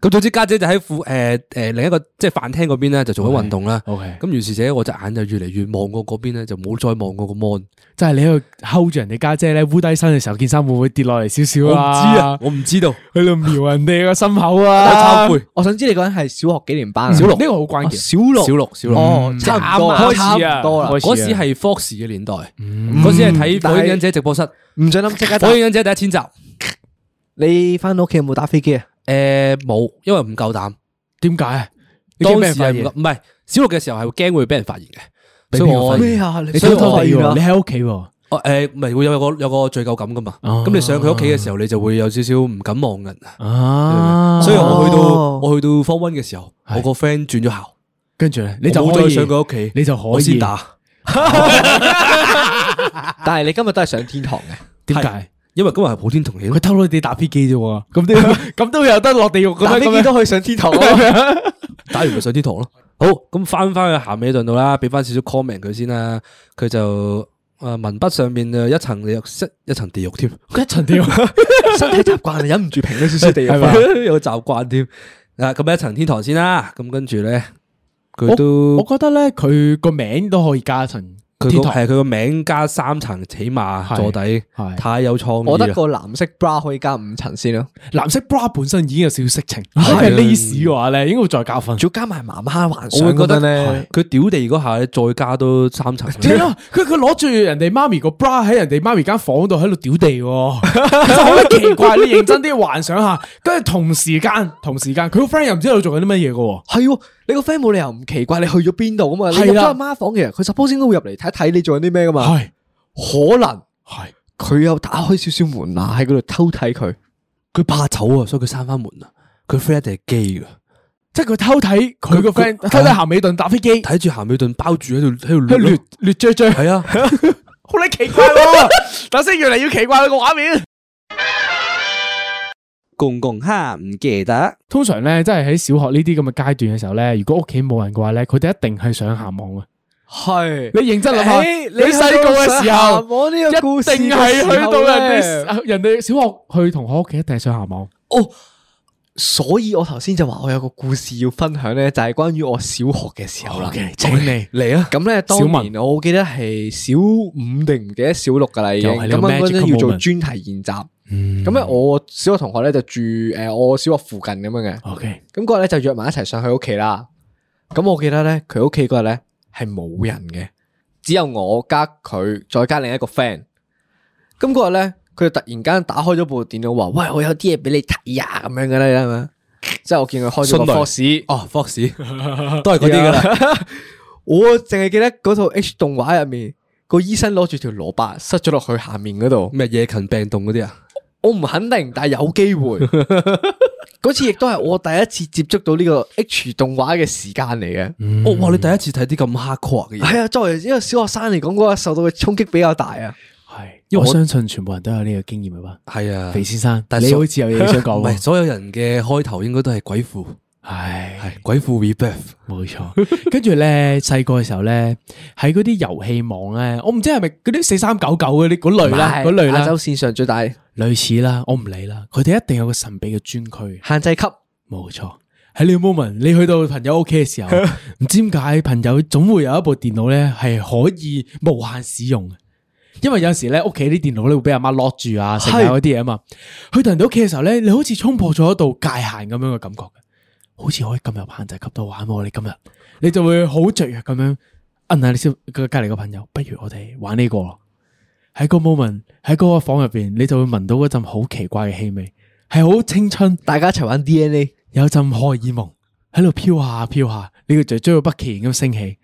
咁總之家姐就喺附誒誒另一個即係飯廳嗰邊咧就做緊運動啦。 OK，咁咁於是者我隻眼就越嚟越望過嗰邊咧，就冇再望過個 mon。即係你喺度 hold 住人哋家姐咧，烏低身嘅時候，件衫會唔會跌落嚟少我少唔知啊啊？，我唔知道。喺度瞄人哋個心口啊！我懺悔。我想知你嗰陣係小學幾年班啊？六呢個好關哦鍵，小六，小六小六哦，差唔多啦，差開始啊唔多啦開。嗰始啊時係 Fox 嘅年代，嗯嗰時係睇《但火係影忍者》直播室，《唔想諗即刻答火。影忍者》第一千集。你翻到屋企有冇打飛機啊？誒冇，因為唔夠膽。點解？啊你驚當俾人時發係現唔唔係小六嘅時候係驚會俾人發現嘅，俾所以邊個我發現咩啊？你你所以偷我偷地係喎，你啦，喺屋企喎。哦誒唔係會有個有個罪疚感噶嘛。哦咁你上佢屋企嘅時候，你就會有少少唔敢望人。啊，所以我去到哦我去到 form one 嘅時候，係我個 friend 轉咗校，跟住咧，你你就就可再以上佢屋企，你就可以我先打，但係你今日都係上天堂嘅。點解？因為今日係普天同慶啊佢。偷到你打飛機啫喎，咁都咁都有得落地獄打咁飛樣機都可以上天堂咯。打完咪上天堂咯。好，咁翻翻去咸美頓度啦，俾翻少少 comment 佢先啦。佢就诶文筆上面就一層地獄，一層地獄添，一層地獄。身體習慣忍唔住平咗少少地獄係 嘛啊。有習慣添。啊，咁一層天堂先啦。咁跟住咧，佢我都我覺得咧，佢個名都可以加一層佢天個堂係佢個名加三層，起碼係坐底係太有創我覺意啊得啦。個藍色 bra 可以加五層先咯，藍色 bra 本身已經有少少色情，如果佢係 lace 嘅話咧，應該會再加分。仲要加埋媽媽幻我想會咁覺樣得咧。佢屌地嗰下咧，再加多三層。係咯，佢佢攞住人哋媽咪個 bra 喺人哋媽咪間房度喺度屌地喎， 真係好鬼奇怪。你認真啲幻想下，跟住同時間同時間，佢個 friend 又唔知道做緊啲乜嘢嘅喎。係喎，你個 friend 冇理由唔奇怪，你去咗邊度噶嘛？你係入咗啦阿媽房嘅，佢 suppose 應該會入嚟睇一睇你做緊啲咩噶嘛？係可能啊係佢又打開少少門罅喺嗰度偷睇佢，佢怕醜啊，所以佢閂翻門啊。佢 friend 一定係基嘅，即係佢偷睇佢個佢佢 friend 偷睇咸美頓打飛機，睇住咸美頓包住喺度喺度攣佢劣咯。劣追追，係啊。好鬼奇怪 喎！等先越嚟越奇怪啦個畫面。公公哈唔記得，通常咧，即係喺小學呢啲咁嘅階段嘅時候咧，如果屋企冇人嘅話咧，佢哋一定係上下網啊！係你認真諗下，你細個嘅時候，我呢個故事 一定係去到人哋人哋小學去同學屋企，一定係上下網。哦。所以我頭先就話我有個故事要分享咧，就係關於我小學嘅時候啦。請你嚟啊！咁咧，當小文年我記得係小五定唔記得小六噶啦，已經又係咁呢個樣嗰 magical 陣要做 moment 嗯專題研習。咁咁咧，我小學同學咧就住诶我小學附近咁樣嘅， OK，咁嗰日咧就約埋一齊上去屋企啦。咁我記得咧，佢屋企嗰日咧係冇人嘅，只有我加佢，再加另一個 friend。咁嗰日咧，佢就突然間打開咗部電腦，話：喂，我有啲嘢俾你睇呀，咁樣嘅咧，係咪？啊即係我見佢開咗迅雷個 f o 哦，Fox 都係嗰啲噶啦，啦。啊我淨係記得嗰套 H 動畫入面，個醫生攞住條蘿蔔塞咗落去下面嗰度。咩夜勤病棟嗰啲啊？我唔肯定，但係有機 會。嗰次亦都係我第一次接觸到呢個 H 動畫嘅時間嚟嘅。嗯哦，哇！你第一次睇啲咁 hardcore 嘅嘢， 係啊，作為一個小學生嚟講，嗰個受到嘅衝擊比較大啊。係，因為我我相信全部人都有呢個經驗嘅吧。係啊肥先生，但係你所好似有嘢想 唔講係喎。所有人嘅開頭應該都係鬼父，唉，係鬼父 rebirth。冇錯，跟住咧細個嘅時候咧，喺嗰啲遊戲網咧，我唔知係咪嗰啲四三九九嗰啲嗰類啦，嗰類亞洲啦，線上最大類似啦，我唔理啦。佢哋一定有個神秘嘅專區，限制級，冇錯。喺呢個 moment，你去到朋友屋企嘅時候，唔知點解朋友總會有一部電腦咧係可以無限使用嘅，因為有時咧屋企啲電腦咧會俾阿媽 lock 住啊，成啊係嗰啲嘢啊嘛。去到人哋屋企嘅時候咧，你好似衝破咗一道界限咁樣嘅感覺嘅，好似可以撳入限制級度玩喎。你今日你就會好雀躍咁樣，摁下你先隔隔離個朋友，不如我哋玩呢個咯。喺個 moment 喺嗰個房入邊，你就會聞到嗰陣好奇怪嘅氣味，係好青春。大家一齊玩 DNA。有陣荷爾蒙，喺度飄下飄下，你個嘴追到不期然咁升起，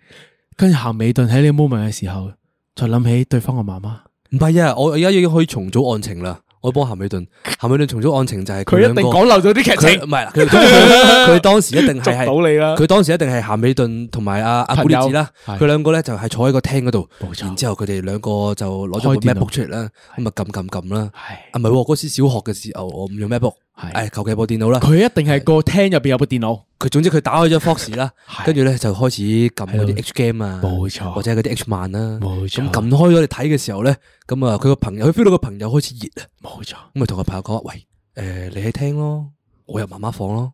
跟住行尾頓喺呢個 moment 嘅時候，就諗起對方嘅媽媽。唔係啊，我而家已經可以重組案情啦。我幫咸美頓，咸美頓重組案情就係佢兩個漏咗啲劇嗯佢唔係啦，佢 佢當時一定係係到你啦。佢當時一定係咸美頓同埋阿阿古烈子啦，朋友係佢兩個咧就係坐喺個廳嗰度，冇錯然之後佢哋兩個就攞咗開部電腦 MacBook 出嚟啦，咁啊撳撳撳啦，係啊唔係喎，嗰時小學嘅時候我唔用 MacBook，係誒求其部電腦啦，佢一定係個廳入邊有部電腦，佢總之佢打開咗 Fox 啦係，跟住咧就開始撳嗰喺啲度 H game 啊，冇錯或者係嗰啲 H 漫啦，冇咁錯撳開咗你睇嘅時候咧，咁啊佢個朋友，佢 feel 到個朋友開始熱啊，冇錯。咁咪同個朋友講：，喂，誒你喺廳咯，我入媽媽房咯，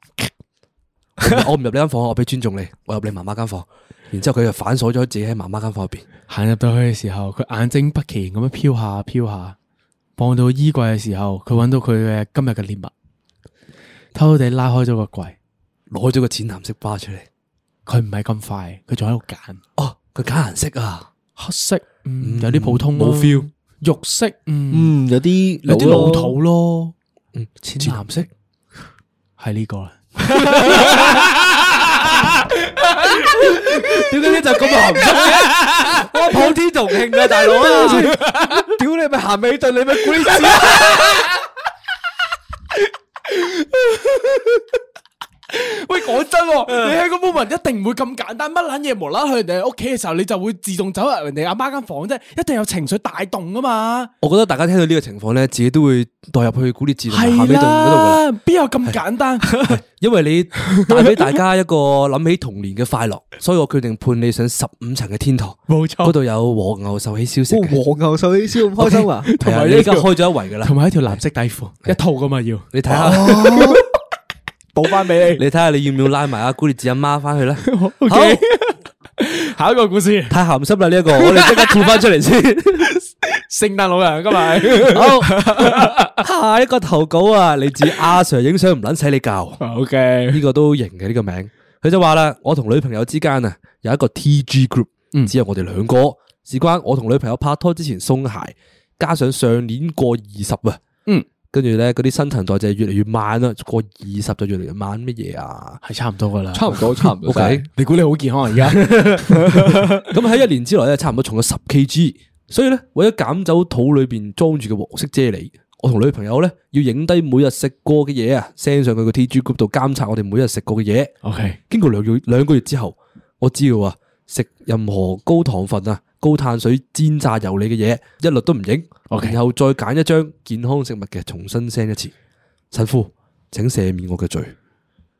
我唔入你間房，我俾尊重你，我入你媽媽間房，然之後佢就反鎖咗自己喺媽媽間房入邊，行入到去嘅時候，佢眼睛不期然咁樣飄下飄下，望到衣櫃嘅時候，佢揾到佢嘅今日嘅獵物，偷偷地拉開咗個櫃。攞咗個淺藍色花出嚟，佢唔係咁快，佢仲喺度揀哦，佢揀顏色啊，黑色，嗯，有啲普通咯冇 feel，肉色，嗯，嗯，有啲有啲老土咯，嗯，淺淺藍色係呢個啦。點解呢就咁含蓄嘅？我普天同慶 啊，大佬啊！ 屌你咪咸美頓，你咪古力斯啊！喂，講真 喎，你喺個 moment 一定唔會咁簡單，乜捻嘢無啦啦去人哋屋企嘅時候，你就會自動走入人哋阿媽間房啫，一定有情緒帶動噶嘛。我覺得大家聽到呢個情況咧，自己都會代入去古力斯同埋係咸美頓嗰度噶啦，啦，邊有咁簡單？因為你帶俾大家一個諗起童年嘅快 樂，所以我決定判你上十五層嘅天堂。冇嗰，度有和牛壽喜消息嘅， 黃牛手起燒咁哦開心 啊！係啊，同埋呢你而家條開咗一圍噶啦 同，埋一哦條藍色底褲，一套噶嘛要。你睇下， 補翻俾你睇下你要唔要拉埋阿古力斯阿媽翻去 咧？好，你。好，下一個故事，太鹹濕啦呢一個，我哋即刻跳翻出嚟 先。聖誕老人今 日。好， 下一個投稿啊，嚟自阿 Sir 影相唔撚使你教， O K，呢個都型嘅呢個名。佢就話啦，我同女朋友之間啊有一個 T G group，只有我哋兩個。事關我同女朋友拍拖之前鬆懈，加上上年過二十啊，嗯，跟住咧嗰啲新陳代謝越嚟越慢啦，過二十就越嚟越慢乜嘢啊？係差唔多噶啦。差唔多，差唔 多。 OK 你估你好健康啊而家？咁喺一年之內咧，差唔多重咗十 kg，所以咧為咗減走肚裏邊裝住嘅黃色啫喱，我同女朋友咧要影低每日食過嘅嘢啊，send 上佢個 T G group 度監察我哋每日食過嘅嘢。 O K，經過兩個月兩個月之後，我知道啊，食任何高糖分啊、高碳水、煎炸油膩嘅嘢，一律都唔影。 OK 然後再揀一張健康食物嘅，重新 send 一次。神父，請赦免我嘅罪。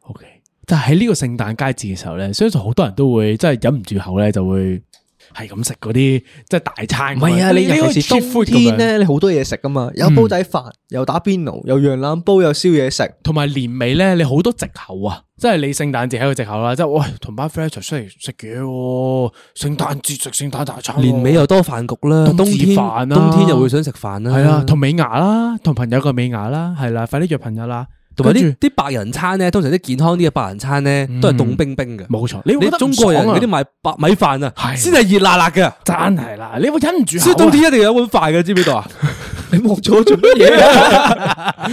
O K，就係喺呢個聖誕佳節嘅時候咧，相信好多人都會真係忍唔住口咧，就會係咁食嗰啲即係大餐唔咁樣。係啊，你尤其是呢個冬 cheap food 咁樣天，咧，你好多嘢食噶嘛，有煲仔飯，有打邊爐，有羊腩煲，有宵夜食。同埋年尾咧，你好多藉口啊！即係你聖誕節係一個藉口啦，即係喂同班 friend 一齊出嚟食嘢喎，聖誕節食聖誕大餐喎，年尾又多飯局啦，冬冬至天飯啊冬天又會想食飯啦，系啦，啊同美牙啦，同朋友個美牙啦，係啦，快啲約朋友啦，同埋跟啲住嗯啲白人餐咧，通常啲健康啲嘅白人餐咧，都係凍冰冰嘅。冇錯，你會你覺得啊中國人嗰嗰啲賣白米飯啊，係先係熱辣辣嘅，真係啦，你會忍唔住所以口冬啊。天一定有一碗飯嘅，知唔知道 啊？你望咗做乜嘢啊？好，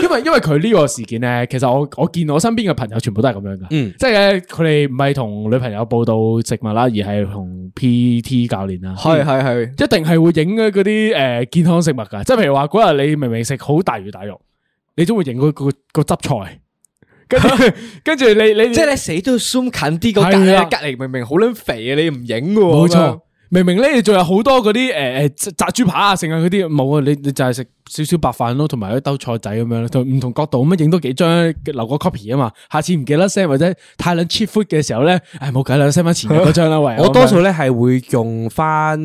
因為因為佢呢個事件咧，其實我我見我身邊嘅朋友全部都係咁樣噶，嗯即係咧佢哋唔係同女朋友報道食物啦，而係同 PT 教練啦，係係係，一定係會影嗰啲诶健康食物噶，即係譬如話嗰日你明明食好大魚大肉，你都會影嗰個個汁菜，跟住跟住你你即係你死都要 zoom 近啲個隔係啊離，隔離明明好撚肥啊，你唔影嘅冇喎。咁錯樣，，明明咧你仲有好多嗰啲诶诶炸豬扒啊，剩啊嗰啲冇啊，你你就係食少少白飯咯，同埋一兜菜仔咁樣咯，同唔同角度咁樣啊影多幾張，留個 copy 啊嘛。下次唔記得 send 或者太撚 cheap food 嘅時候咧，唉冇計啦，send 翻前日嗰張啦。喂，我多數咧係會用翻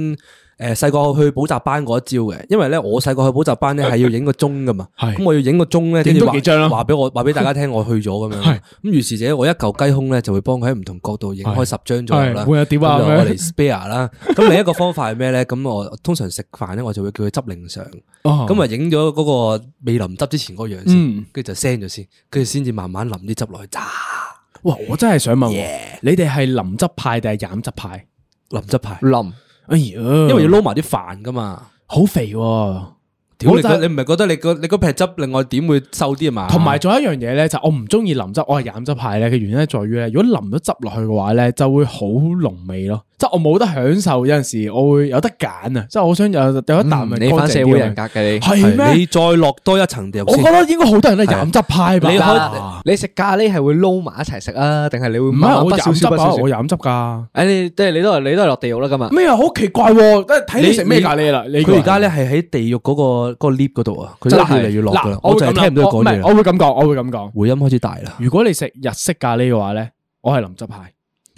誒細個去補習班嗰一招嘅，因為咧我細個去補習班咧係要影個鐘噶嘛，係咁我要影個鐘咧，跟影住多話幾張咯話俾我話俾大家聽我去咗咁樣，係咁於是者我一嚿雞胸咧就會幫佢喺唔同角度影開係十張左右啦，係換下碟啊咁就咁樣我嚟 spare 啦。咁另一個方法係咩咧？咁我通常食飯咧我就會叫佢執零相。哦咁啊影咗嗰個未淋汁之前嗰個樣嗯先，跟住就 send 咗先，跟住先至慢慢淋啲汁落去，咋哦哇！我真係想問喎，你哋係淋汁派定係飲汁派？淋汁派，嗯林哎呀，因因為要撈埋啲飯噶嘛，好肥喎，屌我你就個，你唔係覺得你個你嗰撇汁另外點會瘦啲啊嘛？同埋仲有一樣嘢咧，就我唔中意淋汁，我係飲汁派咧嘅原因係在於咧，如果淋咗汁落去嘅話咧，就會好濃味咯，即係我冇得享受。有陣時我會有得揀啊，即係我想有有一啖咪你乾反淨社啲會啊人格嘅你。係係咩？你再落多一層掉我先覺。得應該好多人都係飲汁派吧。你嗱你食咖喱係會撈埋一齊食啊，定係你會唔慢慢係我不少飲少不汁少少啊，我？飲汁㗎。诶，你即係你都係你都係落地獄啦，今日。咩啊？好奇怪喎！睇你食咩咖喱啦？你佢而家咧係喺地獄嗰個嗰個 lift 嗰度啊，佢真係越嚟越落噶啦嗱，，我會就係咁聽唔到諗佢我講嘢係啦，我會咁講，我會咁講。回音開始大啦。如果你食日式咖喱嘅話咧，我係淋汁派；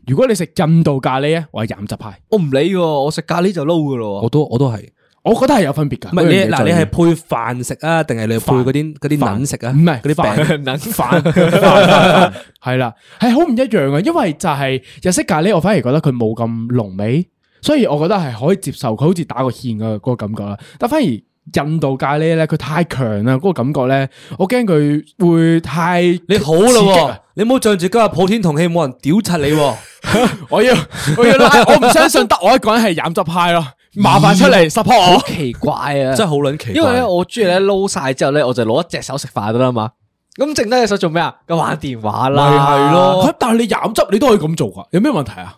如果你食印度咖喱咧，我係飲汁派。我唔理喎，我食咖喱就撈噶咯我。都我都係，唔我覺得係有分別㗎。係嗰樣你嘢嗱在你於係配飯食啊，定係你配嗰啲嗰啲飯撚食啊？唔係嗰啲飯餅。能反系啦，係好唔一樣嘅，因為就係日式咖喱，我反而覺得佢冇咁濃味，所以我覺得係可以接受佢好似打個芡嘅嗰個感覺啦。但反而印度咖喱咧，佢太強啦，嗰、個感覺咧，我驚佢會太 你好刺激啦啊，你唔好仗住今日普天同慶冇人屌柒你喎，我要我要拉，我唔相信得我一個人係飲汁派咯，麻煩出嚟 support 我好。奇怪啊！ 真係好撚奇怪。因為咧，我中意咧撈晒之後咧，我就攞一隻手食飯得啦嘛。咁剩低隻手做咩啊？咁玩電話啦，咪係咯嚇但係你飲汁你都可以咁做噶，有咩問題啊？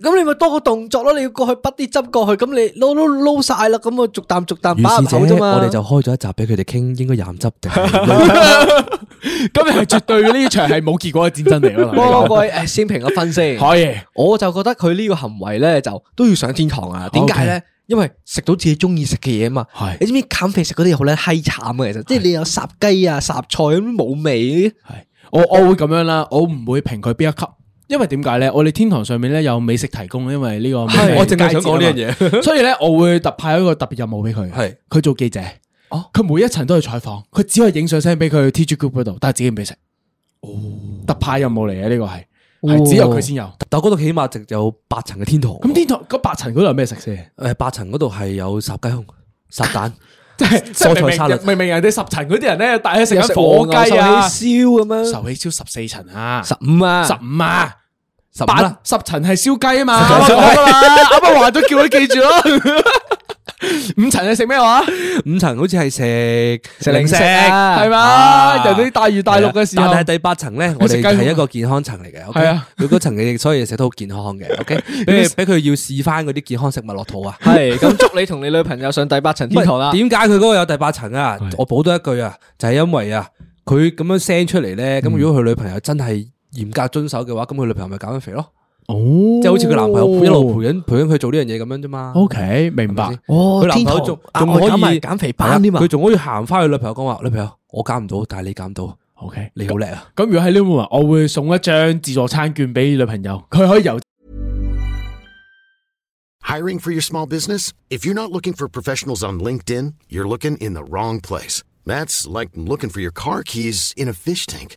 咁你咪多個動作咯，你要過去滗啲汁過去，咁你撈撈撈晒啦，咁我啊逐啖逐啖如擺入是口者，啫嘛。我哋就開咗一集俾佢哋傾，應該飲汁定 係今日係絕對呢場係冇結果嘅戰爭嚟 咯同你幫講。各位誒先評個分先。可以。我就覺得佢呢個行為咧就都要上天堂啊！點解咧？因為食到自己中意食嘅嘢啊嘛係。你知唔知減肥食嗰啲嘢好咧閪慘啊？其實即係你有霎雞啊、霎菜咁冇味。系我我会咁样啦，我唔会评佢边一级，因为点解咧？我哋天堂上面咧有美食提供，因为呢个係我淨係想講呢嘢，樣嘢。啊所以咧我会特派一个特别任务俾佢，係佢做记者，哦佢每一层都去采访，佢只可以影相 send 俾佢 T G group 嗰度，但系自己唔俾食，哦特派任務嚟嘅呢個係，係只有佢先有。但我嗰度起碼直有八層嘅天堂。咁天堂嗰八層嗰度有咩食先？誒八層嗰度係有烚雞胸、烚 蛋，即係即蔬菜係明明沙律人明明人哋十層嗰啲人咧，帶佢食有緊火雞啊，燒咁樣，壽喜燒十四層啊，十五啊，十五啊。十五八啦。十層係燒雞啊嘛，啱啱 講㗎嘛，啱啱話咗叫佢記住咯。 五層你食咩話？五層好似係食食零食啊係嘛？啊人哋大魚大肉嘅時候但係，第八層咧，我哋係一個健康層嚟嘅。係啊，佢嗰層嘅所以食得好健康嘅。OK，俾 佢俾佢要試翻嗰啲健康食物落肚啊。係咁祝你同你女朋友上第八層天堂啊啦。點解佢嗰個有第八層啊？我補多一句啊，就係因為啊，佢咁樣 send 出嚟咧，嗯咁如果佢女朋友真係嚴格遵守嘅話，咁佢女朋友咪減緊肥咯，哦即係好似佢男朋友一路陪緊陪緊佢做呢樣嘢咁樣啫嘛。 O K，明哦白係咪。先哦佢男朋友仲啊仲可以啊減肥班添嘛佢。仲可以行翻去女朋友講話，女朋友我減唔到，但係你減到， O K，你好叻啊！咁如果喺呢 moment，我會送一張自助餐券俾女朋友，佢可以由 Hiring for your small business? If you're not looking for professionals on LinkedIn, you're looking in the wrong place. That's like looking for your car keys in a fish tank.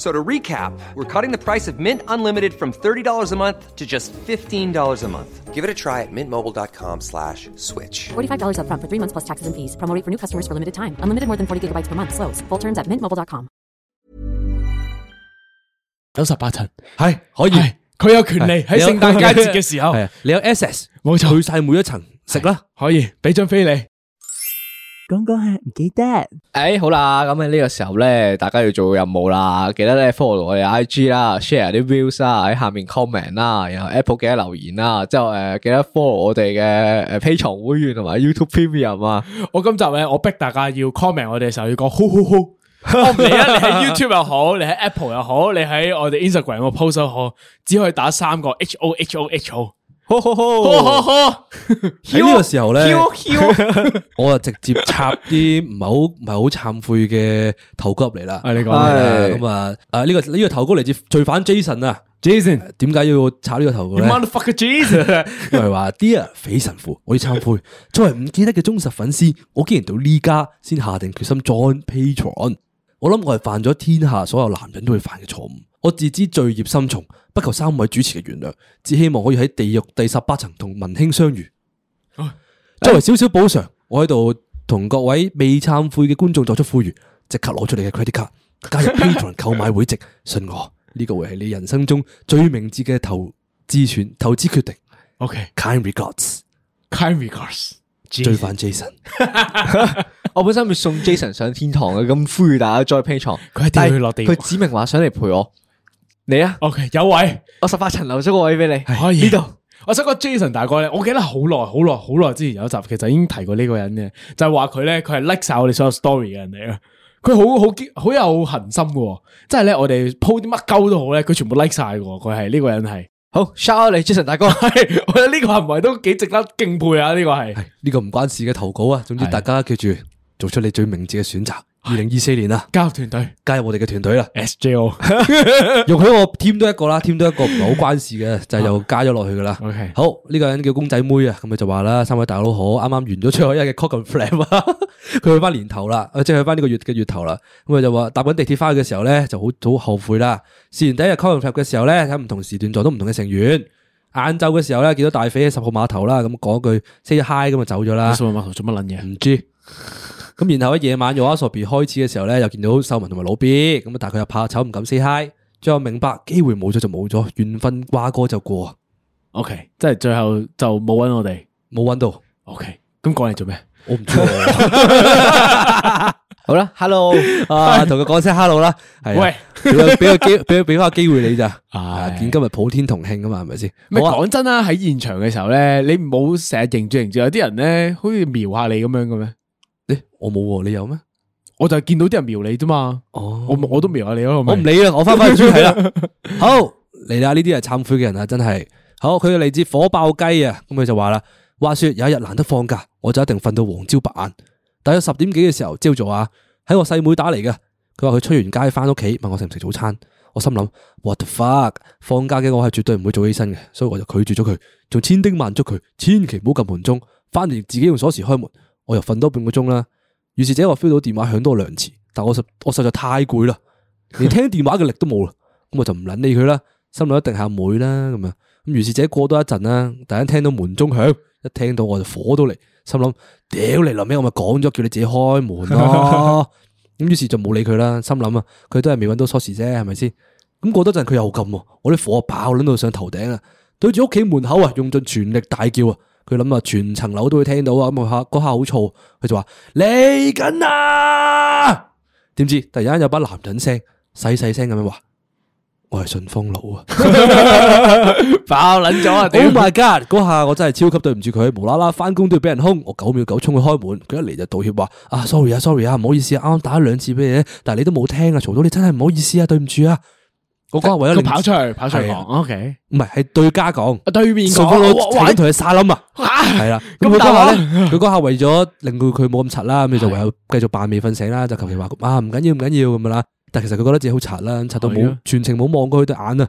So to recap, we're cutting the price of Mint Unlimited from $30 a month to just $15 a month. Give it a try at mintmobile.com slash switch. $45 up front for three months plus taxes and fees. Promo rate for new customers for limited time. Unlimited more than 40 gigabytes per month. Slows. Full terms at mintmobile.com. 九十八層，係可以。係佢有權利喺 聖誕佳節嘅時候，係啊你有 access，冇錯去晒每一層食 啦。可以俾張飛你。讲讲下唔記得。诶，好啦，咁喺啊呢個時候咧，大家要做任務啦，記得咧 follow 我哋 IG 啦，share 啲 views 啦，喺下面 comment 啦，然後 Apple 記得留言啦，之後诶記得 follow 我哋嘅诶 P 床會員同埋 YouTube Premium 啊， 我今集咧，我逼大家要 comment 我哋嘅時候要講好好好。我唔理啊！你 喺 YouTube 又好，你喺 Apple 又好，你喺我哋 Instagram 個 post 又好，只可以打三個 H O H O H O。好好呵好呵呵，喺呢個時候咧，係我啊直接插啲唔係好唔系好慚愧嘅投稿入嚟啦。啊你係講啦係咁啊，啊呢個呢個投稿嚟自罪犯 Jason 啊。 Jason，you 點解要插呢個投稿咧？ motherfucker Jason，因為話 Dear 匪神父，我要忏悔，作為唔記得嘅忠實粉絲，我竟然到呢家先下定決心 join Patreon。我諗我係犯咗天下所有男人都會犯嘅錯誤。我自知罪孽深重，不求三位主持嘅原諒，只希望可以喺地獄第十八層同文兄相遇。作為少少補償，我喺度同各位未懺悔嘅觀眾作出呼籲，即刻攞出你嘅 credit card，加入 Patreon 購買會籍。信我，呢、個會係你人生中最明智嘅投資選投資決定。Kind regards， ，OK，kind regards，罪犯 Jason。我本身要送 Jason 上天堂嘅，咁呼籲大家再 P 床，佢一定要去落地獄佢指明話想嚟陪我，你啊， OK，有位我十八層留咗個位俾你，可以呢度。我想講 Jason 大哥咧，我記得好耐、好耐、好耐之前有一集，其實已經提過呢個人嘅，就係話佢咧，佢係 like 晒我哋所有 story 嘅人嚟嘅。佢好好堅好有恒心嘅喎，即係咧我哋鋪啲乜鳩都好咧，佢全部 like 晒嘅喎。佢係呢個人係， 好 shout out 你 Jason 大哥，係我覺得呢個行為都幾值得敬佩啊！呢個係呢個唔關事嘅投稿啊，總之係大家記住做出你最明智嘅選擇。二零二四年啊，加入團隊加入我哋嘅團隊啦， SJO。容許我添多一個啦，添多一個唔係好關事嘅，就係又加咗落去噶啦。 OK 好呢個人叫公仔妹啊，咁佢就話啦，三位大佬好，啱啱完咗最後一日嘅 c o c k and flap 啊， 佢去翻年頭啦，呃即係去翻呢個月嘅月頭啦。咁佢就話搭緊地鐵翻去嘅時候咧，就好好後悔啦。試完第一日 c o c k and flap 嘅時候咧，喺唔同時段撞到唔同嘅成員。晏晝嘅時候咧，見到大肥喺十號碼頭啦，咁講句 say hi 咁就走咗啦。數碼碼頭做乜撚嘢？唔知。咁然後喺夜晚用阿 s o b 開始嘅時候咧，又見到秀文同埋老 B，咁啊，但係佢又怕醜唔敢 say hi。最後明白機會冇咗就冇咗，緣分瓜哥就過， OK，即係最後就冇揾我哋。冇揾到， OK，咁講嚟做咩？我唔知喎 好啦，hello，啊，同佢講聲 hello 啦，係啊喂，俾個俾個機俾俾翻個機會你咋，啊唉見今日普天同慶啊嘛，係咪先？咪好啊講真啦，喺現場嘅時候咧，你唔好成日認住認住，有啲人咧好似瞄下你咁樣嘅咩？咦我冇喎，你有咩？我就係見到啲人瞄你啫嘛，哦我我都瞄下你咯，我唔理啦，我翻返去主題啦。好嚟啦，呢啲係慚愧嘅人啊，真係。好，佢嚟自火爆雞啊，咁佢就話啦，話說有一日難得放假，我就一定瞓到黃朝白晏。大約十點幾嘅時候，朝早啊，喺我細妹打嚟嘅，佢話佢出完街翻屋企，問我食唔食早餐。我心諗 what the fuck，放假嘅我係絕對唔會早起身嘅，所以我就拒絕咗佢，仲千叮萬囑佢，千祈唔好撳門鐘，翻嚟自己用鎖匙開門。我又瞓多半個鐘啦。於是者我 feel 到電話響多兩次，但我實我實在太攰啦。連聽電話嘅力都冇啦，咁我就唔捻理佢啦，心諗一定係阿妹啦咁啊。咁如是者過多一陣啦，突然聽到門鐘響，一聽到我就火到嚟，心諗屌你臨尾我咪講咗叫你自己開門咯。咁於是就冇理佢啦，心諗啊，佢都係未揾到鎖匙啫，係咪先？咁過多陣佢又撳喎，我啲火爆撚到上頭頂啊！對住屋企門口啊，用盡全力大叫啊！佢諗啊，全層樓都會聽到啊！咁啊，嗰下好燥，佢就話嚟緊啊！點知突然間有把男人聲細細聲咁樣話：我係順風佬啊！ 爆撚咗啊！屌 Oh my god！嗰下我真係超級對唔住佢，無啦啦翻工都要俾人兇，我九秒九衝去開門，佢一嚟就道歉話：啊，sorry 啊，sorry 啊，唔好意思啊，啱啱打咗兩次俾你咧，但係你都冇聽啊，嘈到你真係唔好意思啊，對唔住啊！我嗰下為咗佢令跑出去，跑出去係講啊，OK，唔係係對家講，啊對面順講，風佬哇請哇同佢沙冧啊！嚇係 啦，咁咁佢嗰大下鑊咧， 佢嗰下為咗令到佢冇咁柒啦，咁佢就唯嗯有繼續扮未瞓醒啦，就求其話啊唔緊要唔緊要咁樣啦。但其實佢覺得自己好柒啦，柒到係冇啊全程冇望過佢對眼啊。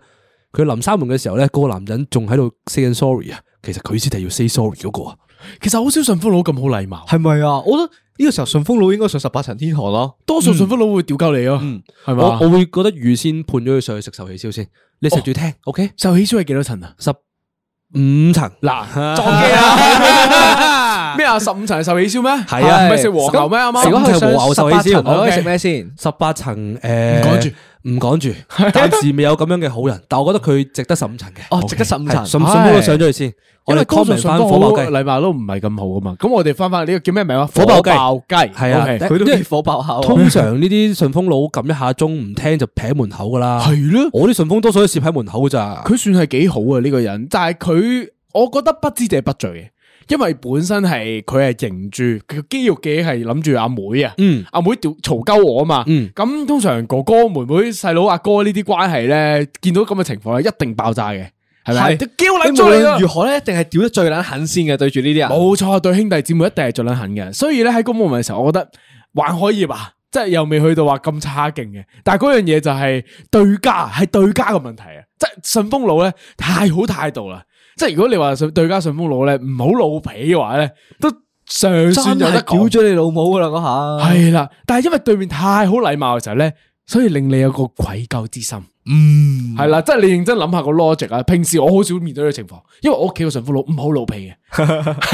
佢臨閂門嘅時候咧，嗰個男人仲喺度 say 緊 sorry 啊。其實佢先係要 say sorry 嗰個啊。其實好少順風佬咁好禮貌，係咪啊？我覺得呢個時候順風佬應該上十八層天堂咯。多數順風佬會屌鳩你咯，係嗯我嘛？我會覺得預先判咗佢上去食壽喜燒先，你食住聽，OK？壽喜燒係幾多層啊？十五層嗱，撞機啊！咩啊？十五層係壽喜燒咩？係啊唔係食黃牛咩？啱啱咁如果係佢和上牛十壽八喜燒層，我可以 OK 食咩先？十八層誒，唔趕住唔趕 住，暫時未有咁樣嘅好人，但我覺得佢值得十五層嘅。哦，值得十五層係。順唔順風都上咗去先，我哋因為多數 comment 順翻風火佬爆雞，禮貌都唔係咁好噶嘛。咁我哋翻翻呢個叫咩名啊？火爆雞雞係啊 OK 但佢因都為幾火爆下啊喎。通常呢啲順風佬撳一下鐘唔聽就撇門口噶啦。係咯我啲順風多數都攝喺門口噶咋。佢算係幾好啊呢、個人，但係佢，我覺得不知者不罪嘅，因為本身係佢係迎住佢肌肉記係諗住阿妹啊，嗯阿妹屌嘈鳩我啊嘛，嗯咁、通常哥哥妹妹細佬阿哥呢啲關係咧，見到咁嘅情況咧，一定爆炸嘅。係咪？係你無論如何咧，一定係屌得最撚狠先嘅，對住呢啲人。冇錯，對兄弟姊妹一定係最撚狠嘅。所以咧喺嗰 moment 嘅時候，我覺得還可以吧，即係又未去到話咁差勁嘅。但係嗰樣嘢就係對家，係對家嘅問題啊！即係順風佬咧太好態度啦。即係如果你話對家順風佬咧唔好老皮嘅話咧，都尚算有得真係屌講。咗你老母噶啦嗰下。係啦，但係因為對面太好禮貌嘅時候咧，所以令你有個愧疚之心。嗯，係啦，即係你認真諗下個 logic 啊。平時我好少面對呢個情況，因為我屋企個順風佬唔好老皮嘅。啊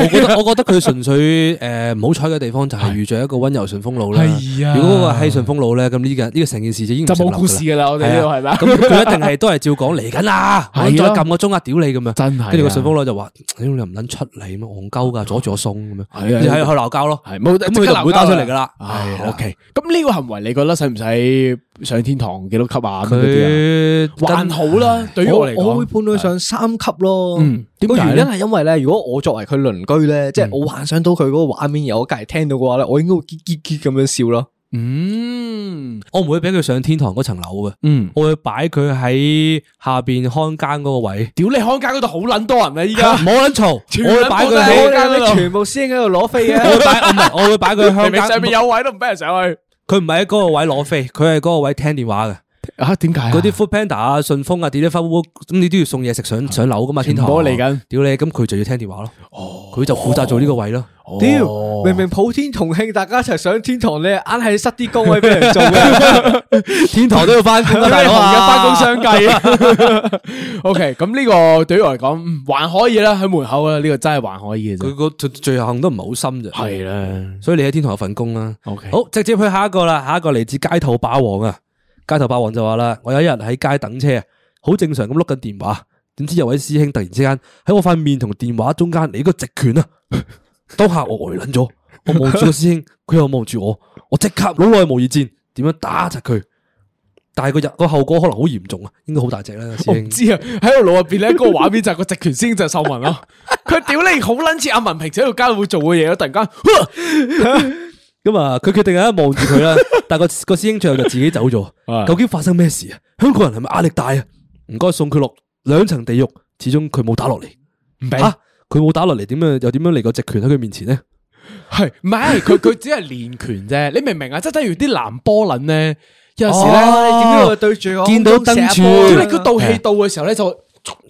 我覺得我覺得佢純粹诶唔好彩嘅地方就係遇着一個温柔順風佬啦。係啊如果嗰個係順風佬咧，咁呢個呢個成件事就已經唔就冇成立故事㗎啦我哋呢度係咪啊咁佢一定係都係照講嚟緊啦，係我啊再撳個鐘啊，屌你咁樣。真係啊跟住個順風佬就話：，屌你又唔撚出嚟咩？戇鳩㗎，阻住我送咁樣。係啊係去鬧交咯。系冇，咁佢就唔會打出嚟㗎啦。系啊 OK，咁呢個行為你覺得使唔使上天堂幾多級啊？咁嗰啲啊佢還好啦，對於我嚟我會講，判佢上三級咯。嗯點個解呢嗯原因係因為咧，如果我作為佢鄰居咧，即係我幻想到佢嗰個畫面，而我隔離聽到嘅話咧，我應該會結結結咁樣笑咯。嗯我唔會俾佢上天堂嗰層樓嘅，嗯，我會擺佢喺下邊看更嗰個位。屌你康家嗰度好撚多人啊！依唔好 家撚嘈，我部會擺佢都係喺我哋呢度全部師兄喺度攞飛我會嘅，擺我唔係，我會擺佢明明喺上香間。面有位都唔俾人上去佢唔係喺嗰個位攞飛，佢係嗰個位聽電話嘅。啊？點解嗰啲 Food Panda 啊、順豐啊、Deliver 咁你都要送嘢食上上樓噶嘛？天堂全部都嚟緊屌你！咁佢就要聽電話咯。佢就負責做呢個位咯。哦屌，明明普天同慶，大家一齊上天堂，你係硬係塞啲高位俾人做嘅， 天堂都要翻工啊，大大佬佬啊！嘅翻工相繼。OK，咁 呢個對於我嚟講，嗯還可以啦，喺門口啊，呢個真係還可以嘅佢啫。個罪罪行都唔係好啊深啫。係啦，所以你喺天堂有份工啦。嗯 OK 好，直接去下一個啦。下一個嚟自街頭霸王啊！街頭霸王就話啦：，我有一日喺街等車，好正常咁碌緊電話，點知有位師兄突然之間喺我塊面同電話中間嚟一個直拳啊！ 當下我呆撚咗，我望住個師兄，佢又望住我，我即刻腦內模擬戰，點樣打窒佢？但係個日個後果可能好嚴重啊，應該好大隻啦，師我唔兄。知啊，喺我腦入邊咧，嗰個畫面就係個直拳先就係秀文 咯。佢屌你好撚似阿文平時喺度街會做嘅嘢咯，突然 間，咁啊，佢決定啊望住佢啦，但係個個師兄最後就自己走啊咗。究竟發生咩事啊？香港人係咪壓力大啊？唔該送佢落兩層地獄，始終佢冇打落嚟。唔俾啊，佢冇打落嚟，點樣又點樣嚟個直拳喺佢面前呢？係唔係？佢佢只係練拳啫，你明唔明啊？即係等如啲藍波撚咧，有陣時你點解會咧，對住我見到燈柱哦屌你佢道氣到嘅時候咧，就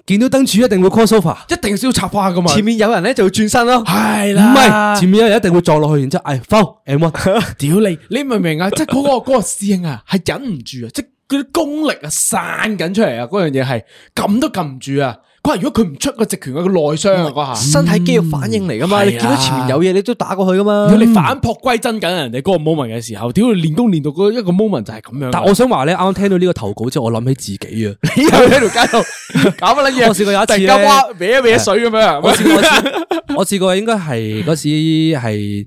見到燈柱一定會 cross over，一定要插花噶嘛。前面有人咧就會轉身咯。係唔啦，係前面有人一定會撞落去，然之後唉 foul and one，屌你，你明唔明啊？即係嗰 個嗰個師兄啊，係忍唔住啊，即係嗰啲功力啊散緊出嚟啊，嗰樣嘢係撳都撳唔住啊！嗰下如果佢唔出個直拳，佢個內傷啊嗰下。身體肌肉反應嚟噶嘛，嗯你見到前面有嘢，你都打過去噶嘛。如果你反璞歸真緊人哋嗰個 moment 嘅時候，屌你練功練到嗰一個 moment 就係咁樣。但我想話咧，啱啱聽到呢個投稿之後，我諗起自己啊。你又喺條街度搞乜撚嘢？我試過有一次突咧然間哇，搲一搲水咁樣。我試過我試，我試過應該係嗰時係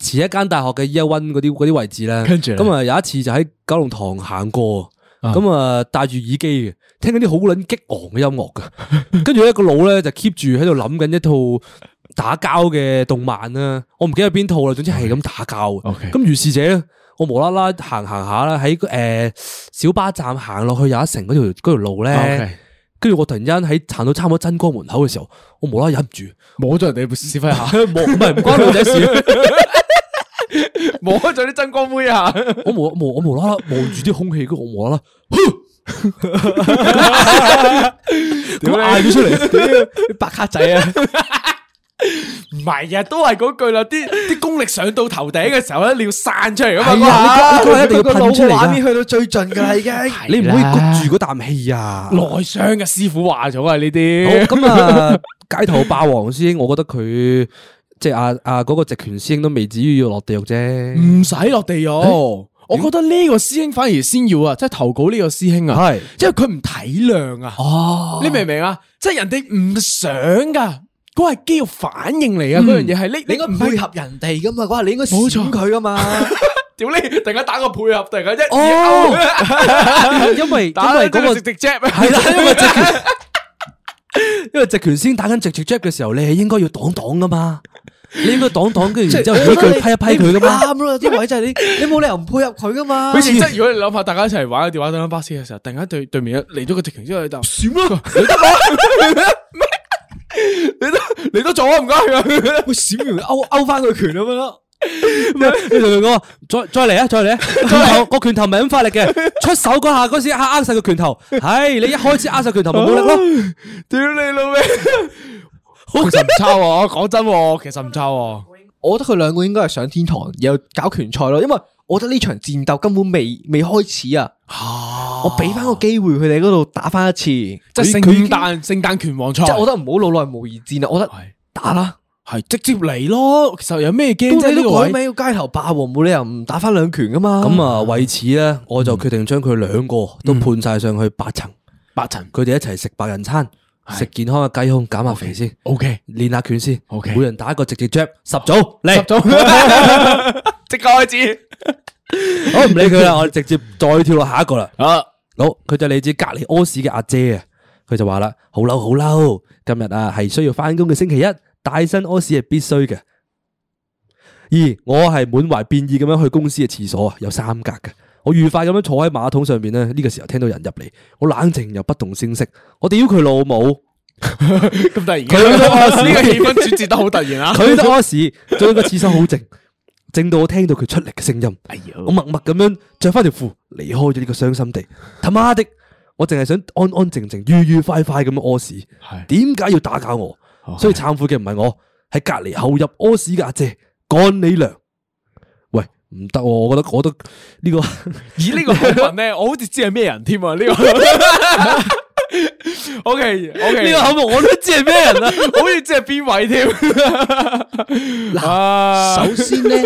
前一間大學嘅 Year One 嗰啲嗰啲位置啦。跟住呢咁啊有一次就喺九龍塘行過，咁啊戴住耳機嘅，聽緊啲好撚激昂嘅音樂嘅， 跟住咧個腦咧就 keep 住喺度諗緊一套。打交嘅動漫啦，我唔記得係邊套啦，總之係咁打交嘅。 OK 咁如是者咧，我無啦啦行行下啦，喺誒小巴站行落去有一城嗰條嗰條路咧。 OK 跟住我突然間喺行到差唔多真光門口嘅時候，我無啦啦忍唔住，摸咗人哋屎忽下，冇唔係唔關女仔 事，摸咗啲真光妹啊！我無無我無啦啦望住啲空氣，跟住我 無啦啦。咁嗌咗出 嚟，白卡仔啊，唔係啊，都係嗰句啦，啲啲功力上到頭頂嘅時候咧，你要散出嚟噶係嘛。啊，呢個呢個一定要個噴腦出嚟啊畫面㗎去到最盡噶啦， 已經。你唔可以焗住嗰啖氣啊！內傷嘅師傅話咗啊，呢好啲咁啊，街頭霸王師兄，我覺得佢即係阿阿嗰個直拳師兄都未至於要落地獄啫。唔使落地獄。我覺得呢個師兄反而先要啊，即係投稿呢個師兄啊，係因為佢唔體諒啊。哦你明唔明啊？即係人哋唔想噶，嗰係肌肉反應嚟啊噶，嗰樣嘢係嗯你你應該唔配係合人哋噶嘛，嗰下你應該冇錯閃佢噶嘛。屌你，突然間打個配合，突然間一哦嘢勾，啊因為因 打為嗰個直直 jab 係啦， 因為直拳，因為直拳先打緊直直 jab 嘅時候，你係應該要擋擋噶嘛。你應該擋擋，跟住然之後幾句批一批佢噶嘛。啱啦，啲位就係你，你冇理由唔配合佢噶嘛。 好似即係如果你諗下，大家一齊玩電話等緊巴士嘅時候，突然間對對面嚟咗個直情之後，你就閃 啦，你得啦，你都 你都做 啊，唔該。會閃完勾勾翻佢拳咁樣咯。你同佢講話再再嚟啊，再嚟 啊！拳頭個拳頭唔係咁發力嘅，出手嗰下嗰時握握晒個拳頭，係你一開始握晒拳頭咪冇力咯。 屌你 老味！其實唔差喎，講真喎，其實唔差喎。我覺得佢兩個應該係上天堂，然後搞拳賽咯。因為我覺得呢場戰鬥根本未未開始啊。我俾翻個機會佢哋嗰度打翻一次，即即係聖誕聖誕拳王賽，係我覺得唔好老來無二戰啊啦。我覺得係打啦，係直接嚟咯。其實有咩驚啫？咁呢你個都改位名叫街頭霸王，冇理由唔打翻兩拳噶嘛。咁啊，為此咧，我就決定將佢兩個都判晒上去八層，八層佢哋一齊食白人餐，食健康嘅雞胸，減下肥先， ，OK，練下拳先。 OK 每人打一個直接 jab，十組嚟，十組 即刻開始。好唔理佢啦，我哋直接再跳落下一個啦。啊，好，佢就嚟自隔籬屙屎嘅阿姐啊，佢就話啦：好嬲好嬲，今日啊係需要翻工嘅星期一，帶薪屙屎係必須嘅。二，我係滿懷變意咁樣去公司嘅廁所啊，有三格嘅。我愉快咁樣坐喺馬桶上面咧，呢、個時候聽到人入嚟，我冷靜又不動聲色，我屌佢老母！咁突然間，佢 都開始呢個氣氛轉折得好突然啊！佢都屙屎，仲有個廁所好 靜，靜到我聽到佢出力嘅聲哎音。我默默咁樣着翻條褲，離開咗呢個傷心地。他媽的，我淨係想安安靜靜、愉愉快快咁樣屙屎。係點解要打攪我？哦所以懺悔嘅唔係我，係隔離後入屙屎嘅阿姐，幹你娘！喂，唔得喎，我覺得我都呢個 咦？呢個部分咧，我好似知係咩人添啊？ 呢個 OK OK，呢個口目我都知係咩人啊啦。好似知係邊位添？ 啊 嗱首先咧，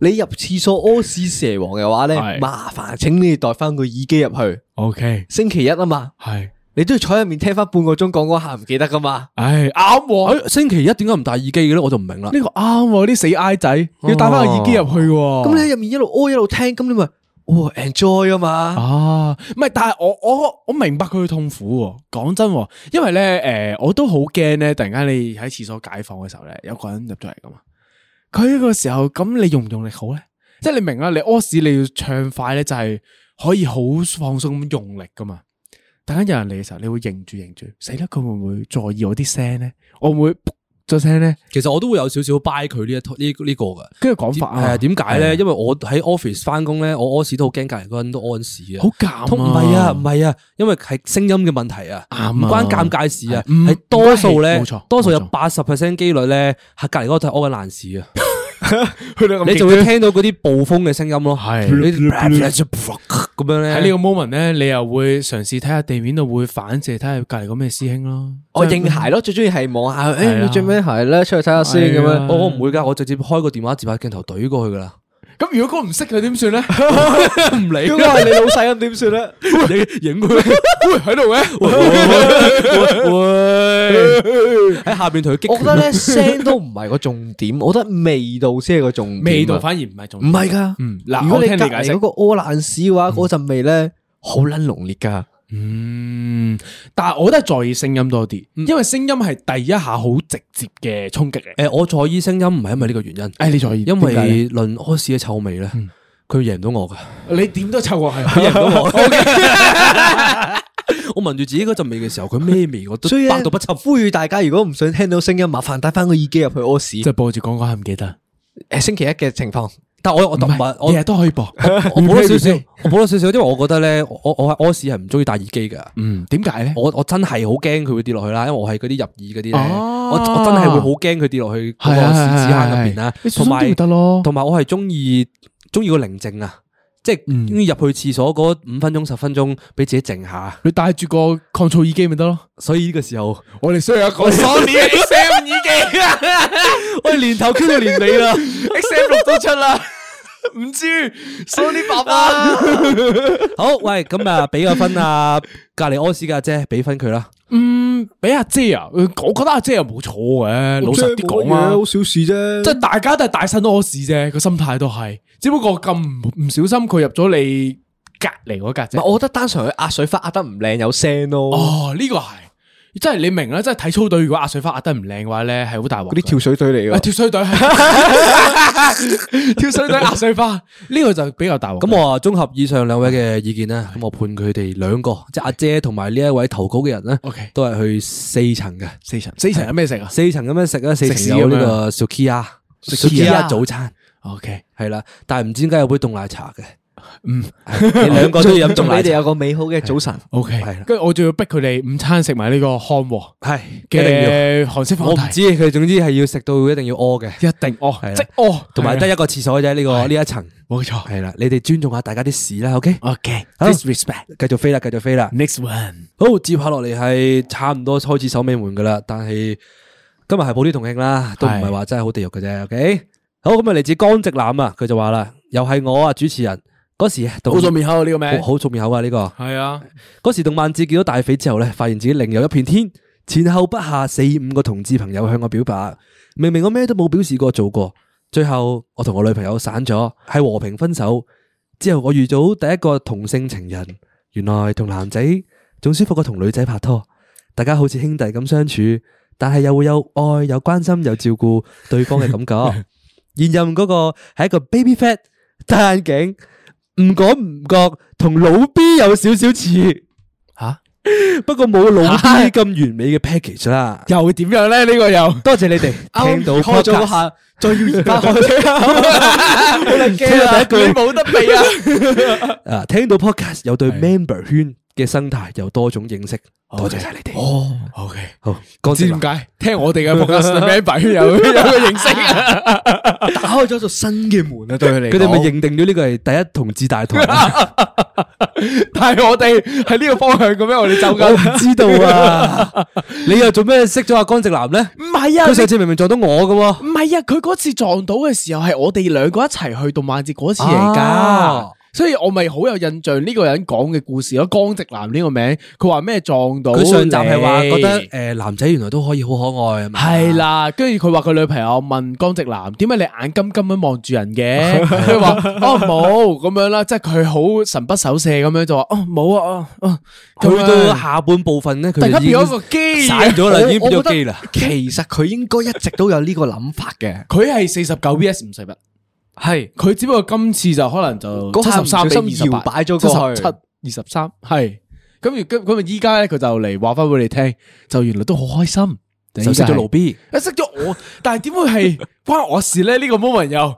你入廁所屙屎蛇王嘅話咧，係麻煩請你戴翻個耳機入去。 ，OK 星期一啊嘛，係，你都要坐喺入面聽翻半個鐘講嗰下唔記得噶嘛。唉啱喎。哎星期一點解唔戴耳機嘅咧？我就唔明啦。呢個啱喎，啲死 I 仔要戴翻個耳機入去喎。咁你喺入面一路屙一路聽，咁你咪哦 enjoy 啊嘛。啊，唔係，但係我我我明白佢嘅痛苦喎。講真喎，因為咧誒，我都好驚咧，突然間你喺廁所解放嘅時候咧，有個人入咗嚟噶嘛。佢呢個時候咁，你用唔用力好咧？即係你明啦，你屙屎你要暢快咧，就係可以好放鬆咁用力噶嘛。突然間有人嚟嘅時候，你會認住認住，死啦！佢會唔會在意我啲聲咧？我會唔會噗咗聲咧？其實我都會有少少 buy 佢呢一套呢呢個嘅。跟住講法係啊，啊，點解咧？因為我喺 office 翻工咧，我屙屎都好驚隔離嗰個人都屙緊屎啊。好尷啊通唔係啊，唔係啊，因為係聲音嘅問題啊，啱啊唔關尷尬事啊，係唔係多數咧唔關氣冇錯，多數有冇錯八十 percent 機率咧，係隔離嗰個都係屙緊爛屎啊，去到咁你就會聽到嗰啲暴風嘅聲音咯，係你咁樣咧，喺呢個 moment 咧，你又會嘗試睇下地面度會反射，睇下隔離個咩師兄咯。我即係應鞋咯，最中意係啊望下佢，係誒啊你着咩鞋咧？出去睇下先咁係啊樣。我我唔會㗎，我直接開個電話自拍鏡頭懟過去㗎啦，咁，如果嗰個唔識佢點算 咧？唔理咁係你老細咁點算咧？你影佢喂，喺度嘅，喺下邊同佢激 我覺得咧聲都唔係個重點，我覺得味道先係個重點啊。味道反而唔係重唔點。係㗎。嗯，嗱，如果你嗯隔我聽你解離嗰釋，個屙爛屎嘅話，嗰陣味咧好撚濃烈㗎。嗯，但係我都係在意聲音多啲，因為聲音係第一下好直接嘅衝擊嚟。誒，我在意聲音唔係因為呢個原因，哎誒，你在因意，點解咧為論屙屎嘅臭味咧，嗯佢贏唔到 我㗎。 你點都臭過係， 我聞住自己嗰陣味嘅時候，佢咩味我都所以百毒不侵。呼籲大家如果唔想聽到聲音，麻煩戴翻個耳機入去屙屎。就播住講講下唔記得，誒星期一嘅情況，但我我唔唔係我係日日都 可以播。我補多少少，我補多少少，因為我覺得咧，我我我喺屙屎係唔中意戴耳機㗎。嗯，點解咧？我我真係好驚佢會跌落去啦，因為我係嗰啲入耳嗰啲咧，哦啊我我真係會好驚佢跌落去嗰個屎屎坑入邊啦係係係係啊你。小同心啲咪埋得咯。同埋我係中意中意個寧靜啊，即係嗯中意入去廁所嗰五分鐘十分鐘俾自己靜下。你戴住個抗噪耳機咪得咯。所以呢個時候，我哋需要一 個 Sony XM 耳機啊！我哋年頭傾到年尾啦。 ，XM 六都出啦，唔知 Sony 爸爸。 好，喂，咁啊，俾個分啊，隔離屙屎嘅阿姐俾分佢啦。嗯，俾阿姐啊，呃我覺得阿姐又冇錯嘅，老實啲講啊，小事啫即係大家都係大身屙屎啫，個心態都係，只不過咁唔唔小心佢入咗你隔離嗰格唔係，啫。哦我覺得單純佢壓水花壓得唔靚有聲咯。哦，呢個係，真系你明啦，真系體操隊如果壓水花壓得唔靚嘅話咧，係好大鑊㗎。嗰啲跳水隊嚟啊噶。跳水隊 係跳水隊壓水花，呢個就比較大鑊。咁我啊，綜合以上兩位嘅意見啦，咁我判佢哋兩個，即係阿姐同埋呢一位投稿嘅人咧 OK 都係去四層嘅，四層四層有咩食啊四層咁樣食啦，四食屎層有呢咁樣個 Sukiya Sukiya Sukiya 早餐？OK，係啦，但係唔知點解有杯凍奶茶嘅，嗯你兩個都要飲凍祝你 奶哋茶，有個美好嘅早晨。係 OK，啦跟住我仲要逼佢哋午餐食埋呢個漢和係一定要。嘅韓式我放唔題，知佢，總之係要食到一定要屙嘅，一定係啦哦，即哦，同埋得係啊一個廁所啫，呢個呢一層冇錯。係啦，你哋尊重下大家啲屎啦，OK？好啊 OK，disrespect，next 繼續飛啦，繼續飛啦。 one，好，接下落嚟係差唔多開始守尾門噶啦，但係今日係普天同慶啦，都唔係話真係好地獄嘅啫。OK，好咁啊，嚟自江直男啊，佢就話啦，又係我啊，主持人嗰時啊好熟面口啊呢個好名，好熟面口啊呢個。係啊，嗰時動漫節見到大肥之後咧，發現自己另有一片天，前後不下四五個同志朋友向我表白，明明我咩都冇表示過做過，最後我同我女朋友散咗，係和平分手。之後我遇到第一個同性情人，原來同男仔仲舒服過同女仔拍拖，大家好似兄弟咁相處，但係又會有愛、有關心、有照顧對方嘅感覺。現任嗰個係一個 baby fat 戴眼鏡，唔講唔覺同老 B 有少少似。吓不過冇 老 B 咁完美嘅 package 啦。又會點樣咧？呢個又。多謝你 哋聽到開咗嗰 podcast，下，再要而家開 車，好難聽到第一句冇得避啊！ 啊，聽到 podcast 有對 member 圈嘅生態有多種認識，多謝晒你哋。哦，OK，好，講知先點解聽我哋嘅 podcast member 圈有有 個認識啊？ 打開咗座新嘅門啊，對佢嚟佢講哋咪認定咗呢個係第一同志大 堂，我但係我哋喺呢個方向咁樣，我哋走唔緊。知道 啊！你又做咩識咗阿江直男咧？唔係啊佢上次明明撞到我噶喎，唔係啊，佢嗰次撞到嘅時候係我哋兩個一齊去動漫節嗰次嚟噶。啊所以我咪好有印象呢個人講嘅故事咯，江直男呢個名，佢話咩撞到佢上集係話你覺得誒男仔原來都可以好可愛啊嘛，系啦，跟住佢話佢女朋友問江直男，點解你眼金金咁望住人嘅？ 佢話哦冇咁樣啦，即係佢好神不守舍咁樣就話哦冇啊哦哦，去咁樣到下半部分咧，佢突然哋間已變咗經個機散咗啦，已經我變覺咗得機啦。其實佢應該一直都有呢個諗法嘅。佢係四十九 vs 五十一，係佢只不過今次就可能就嗰七下唔十三小比心二十八搖擺咗過去七二十三係。咁而咁咁啊，依家咧佢就嚟話翻俾你聽，就原來都好開心，就識咗老 B，啊，識咗我，但係點會係關我事咧？呢個 moment 又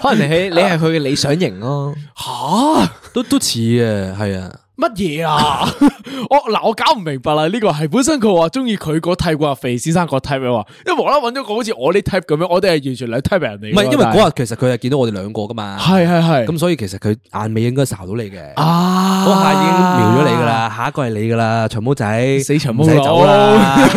可 能你係你係佢嘅理想型咯。吓。都都似嘅，係啊。乜嘢啊？ 我嗱，我搞唔明白啦。呢、個係本身佢話中意佢嗰 type 話肥先生嗰 type 嘅話，因為無啦啦揾咗個好似我呢 type 咁樣，我哋係完全兩 type 人嚟㗎。唔係，因為但係嗰日其實佢係見到我哋兩個噶嘛，係係係咁所以其實佢眼尾應該睄到你嘅，啊，嗰下已經瞄咗你噶。啦，下一個係你噶啦，長毛仔，死長唔毛使佬走啦，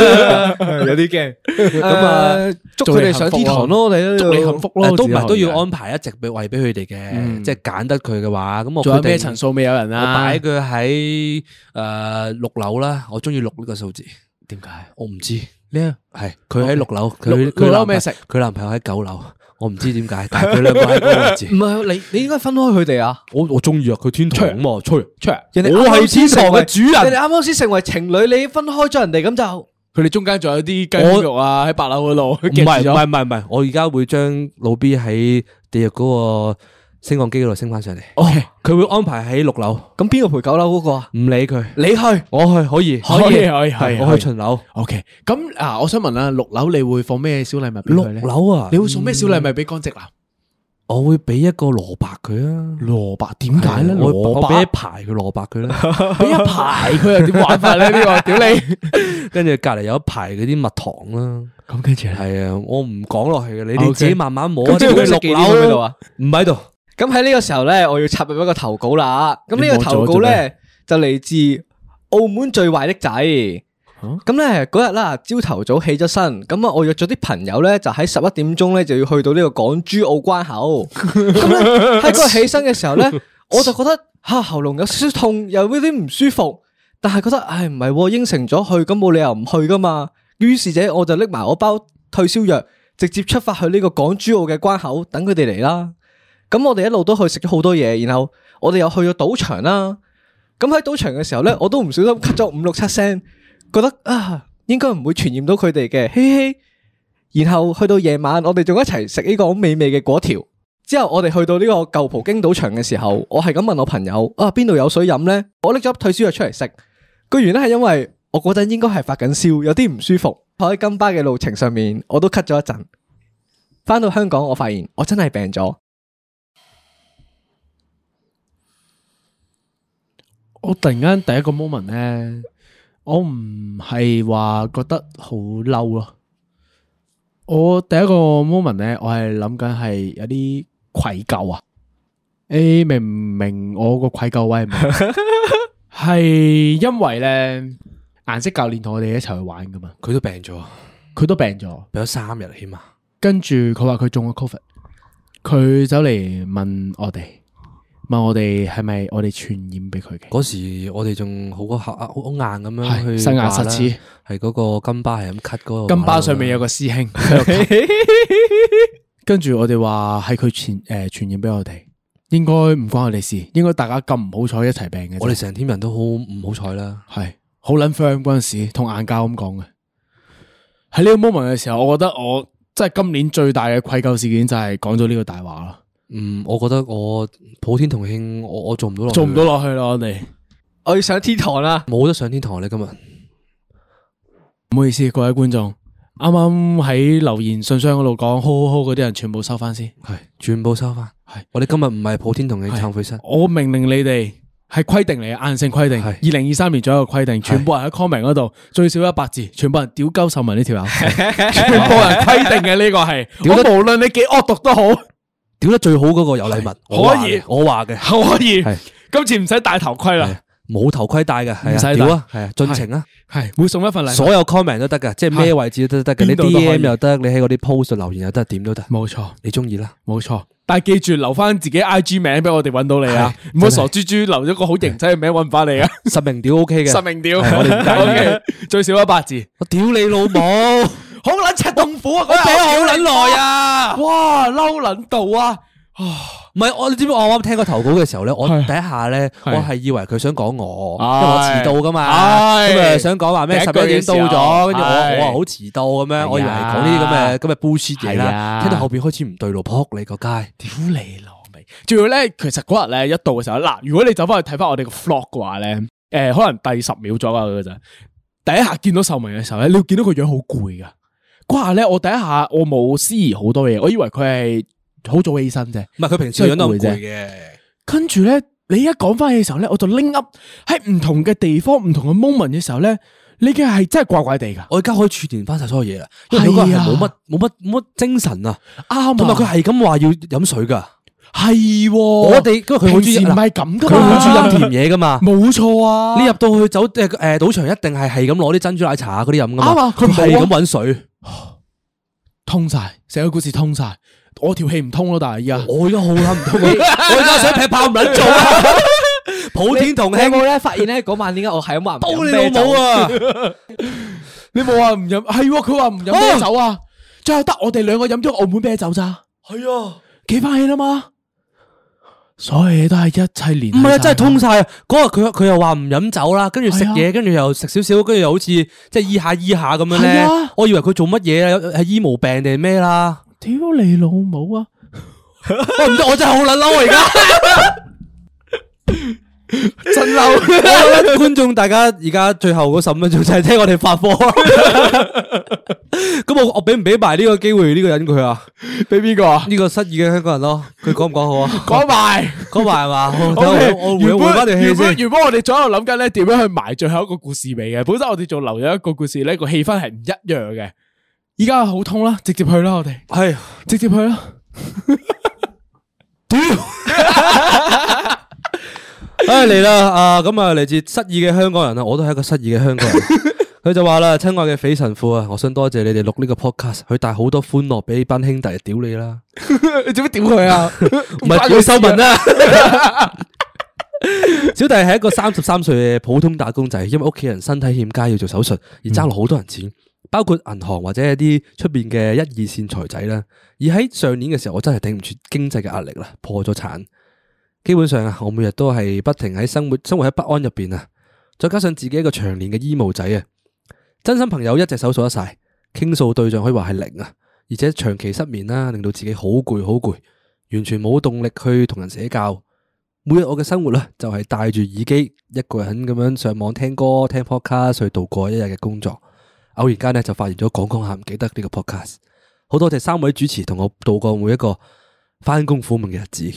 有啲驚。咁啊啊，祝佢哋上天堂咯，我哋都祝你幸福咯誒都唔只係可以都要安排一直俾位俾佢哋嘅，即係揀得佢嘅話，咁我仲有決咩定層數未有人我啊？擺佢喺誒六樓啦，我中意六呢個數字，點解？我唔知。呢係佢喺六樓，六佢佢六樓男朋咩食佢男朋友喺九樓，我唔知點解，但係佢兩個喺嗰個位置唔。 係你，你應該分開佢哋啊！我我中意啊，佢天堂嘛，吹出嚟，人哋我係啱啱天先堂嘅成為主人人哋啱啱先成為情侶，你分開咗人哋咁就佢哋中間仲有啲雞肉啊，喺八樓嗰度唔係夾唔住係咗。唔係唔係，我而家會將老 B 喺地獄嗰個升降機嗰度升翻上嚟。 O K，佢會安排喺六樓，唔咁邊個陪九樓嗰個啊？理佢，你去我去可以可以可以可以係我去巡樓。 O K，咁啊，我想問啦，六樓你會放咩小禮物俾六佢咧？樓啊你，會送咩小禮物俾江直啊男？我會俾一個蘿蔔佢啊。蘿蔔點解咧？我蘿我俾一蔔排佢蘿蔔佢啦， 俾一排佢啊又點玩法咧？呢 個屌你！跟住隔離有一排嗰啲蜜糖啦。咁跟住咧係啊，我唔講落去嘅，你哋啊 OK 自己慢慢摸。咁即係佢食幾點去邊度啊？唔喺度，咁喺呢個時候咧，我要插入一個投稿啦。咁呢個投稿咧就嚟自澳門最壞的仔。咁咧嗰日啦，朝頭早起咗身，咁啊我約咗啲朋友咧，就喺十一點鐘咧就要去到呢個港珠澳關口。咁咧喺嗰日起身嘅時候咧，我就覺得吓喉嚨有少少痛，有啲唔舒服，但係覺得唉唔係喎，應承咗去，咁冇理由唔去噶嘛。於是者我就拎埋我包退燒藥，直接出發去呢個港珠澳嘅關口等佢哋嚟啦。咁我哋一路都去食咗好多嘢，然後我哋又去咗賭場啦。咁喺賭場嘅時候咧，我都唔小心咳咗五六七聲。覺得啊，應該唔會傳染到佢哋嘅，嘿嘿。然後去到夜晚，我哋仲一齊食呢個好美味嘅果條。之後我哋去到呢個舊葡京賭場嘅時候，我係咁問我朋友啊，邊度有水飲呢？我拎咗粒退燒藥出嚟食，個原因係因為我嗰陣應該係發緊燒，有啲唔舒服。喺金巴嘅路程上面，我都咳咗一陣。翻到香港，我發現我真係病咗。我突然間第一個 moment 咧，我唔係話覺得好嬲咯。我第一個 moment 咧，我係諗緊係有啲愧疚啊。你明唔明我個愧疚位係咩？係因為咧，顏色教練同我哋一齊去玩噶嘛，佢都病咗，佢都病咗，病咗三日起碼。跟住佢話佢中咗 covid，佢走嚟問我哋，問我哋係咪我哋傳染俾佢嘅。嗰時我哋仲好個口好好硬咁樣係去實牙實齒齒，係嗰個金巴係咁咳嗰個。啊金巴上面有個師兄，喺度咳跟住我哋話係佢傳诶传染俾我哋，應該唔關我哋事，應該大家咁唔好彩一齊病嘅啫。我哋成 team 人都好唔好彩啦。係好撚 firm 嗰阵时，同硬教咁講嘅。喺呢個 moment 嘅時候，我覺得我即係今年最大嘅愧疚事件就係講咗呢個大話啦，嗯，我覺得我普天同慶，我我做唔到落去，做唔到落去啦，我哋我要上天堂啦！冇得上天堂你今日唔好意思，各位觀眾，啱啱喺留言信箱嗰度講好好好嗰啲人全部收翻先。係全部收翻。係我哋今日唔係普天同慶係懺悔室，我命令你哋係規定嚟嘅，硬性規定。係二零二三年仲有一個規定，全部人喺 comment 嗰度最少一百字，全部人屌鳩秀文呢 條友，全部人規定嘅呢個係。我無論你幾惡毒都好， 屌得最好嗰個有禮物，我話可以嘅我話嘅，可以係。今次唔使戴頭盔啦，冇頭盔戴嘅，唔係啊，使屌戴啊，係啊，盡情啊，係會送一份禮物。所有 comment 都得嘅，即係咩係位置都得嘅，你邊度都可以 DM 又得，你喺嗰啲 post 度留言又得，點都得，冇錯，你中意啦。冇錯。但係記住留翻自己 I G 名俾我哋揾到你啊！唔好傻豬豬留咗個好型仔嘅名揾唔翻你啊！實名屌 OK 嘅，實名屌，係我哋唔介意 OK，最少一百字。我屌你老 母！好捻赤痛苦啊！我我屌你耐啊！哇，嬲捻到啊！唔係我，你知唔知我啱啱聽個投稿嘅時候咧，我係第一下咧，我係係以為佢想講我，因係為我遲到噶嘛，係咁啊想講話咩第十一句一點到嘅時咗，候跟住我係我話好遲到咁樣，我以為係講呢啲咁嘅咁嘅 bullshit 嘢係啦，啊聽到後邊開始唔對路，撲你個街！屌你老味！仲要咧，其實嗰日咧一到嘅時候，嗱，如果你走翻去睇翻我哋個 vlog 嘅話咧，诶、可能第十秒左右嘅咋。第一下見到秀明嘅時候咧，你會見到佢樣好攰噶。嗰下咧，我第一下我冇思疑好多嘢，我以為佢係好早起身啫。唔係佢平時樣都咁攰真係攰嘅，跟住咧，你一講翻起嘅時候咧，我就拎 up 喺唔同嘅地方、唔同嘅 moment 嘅時候咧，你嘅係真係怪怪地噶。我而家可以串連翻晒所有嘢啦，因為佢嗰日係冇乜冇乜冇乜精神啊，啱啊，同埋佢係咁話要飲水噶，系我我哋因為佢好平中意時唔係咁噶佢嘛，好中意飲甜嘢噶嘛。冇錯啊！你入到去酒誒誒賭場一定係係咁攞啲珍珠奶茶啊嗰啲飲噶啱嘛啊，佢冇啊係咁揾水。通晒，成個故事通晒，我條氣唔通咯，但係依家 我而家好谂唔通， 我而家想劈炮唔捻做啊！普天同你有慶，冇咧發現咧嗰晚點解我係咁話唔煲飲你老啤酒母？啊！你冇話唔飲，係喎佢話唔哦飲啤酒啊，最後得我哋兩個飲咗澳門啤酒咋，係啊，企翻起啦嘛，所有嘢都係一切連唔係啊，係真係通晒啊！嗰日佢佢又話唔飲酒啦，跟住食係嘢，跟住又食少少，跟住又好似即係醫下醫下咁樣係咧啊。我以為佢做乜嘢啊？係醫毛病定係咩啦？屌你老母啊！我唔得，我真係好撚嬲啊！而家。 어, 真嬲，我覺得觀眾大家而家最後嗰十五分鐘就係聽我哋發貨 啦。咁我我俾唔俾埋呢個機會呢個人佢啊？俾邊個啊？呢個失意嘅香港人咯，佢講唔講好啊？講埋。講埋係嘛？好 OK，等我我回原回翻條本氣原本先。原本我哋左右諗緊咧點樣去埋最後一個故事尾嘅，本身我哋仲留咗一個故事咧，個氣氛係唔一樣嘅。依家好痛啦，直接去啦，我哋係直接去啦。唉嚟啦啊！咁啊嚟自失意嘅香港人啊，我都係一個失意嘅香 港人。佢就話啦：，親愛嘅匪神父啊，我想多謝你哋錄呢個 podcast，佢帶好多歡樂俾班兄弟，屌你啦！你做乜屌佢啊？唔係叫收文啦。啊 小弟係一個三十三歲嘅普通打工仔，因為屋企人身體欠佳要做手術，而爭落好多人錢，包括銀行或者一啲出邊嘅一二線財仔啦。而喺上年嘅時候，我真係頂唔住經濟嘅壓力啦，破咗產。基本上啊，我每日都係不停喺生活生活喺不安入邊啊，再加上自己一個長年嘅醫務仔啊，真心朋友一隻手數得晒，傾訴對象可以話係零啊，而且長期失眠啦，令到自己好攰好攰，完全冇動力去同人社交。每日我嘅生活咧，就係戴住耳機，一個人咁樣上網聽歌、聽 podcast 去度過一日嘅工作。偶然間咧就發現咗講講下唔記得呢個 podcast。好多謝三位主持同我度過每一個翻工苦悶嘅日子，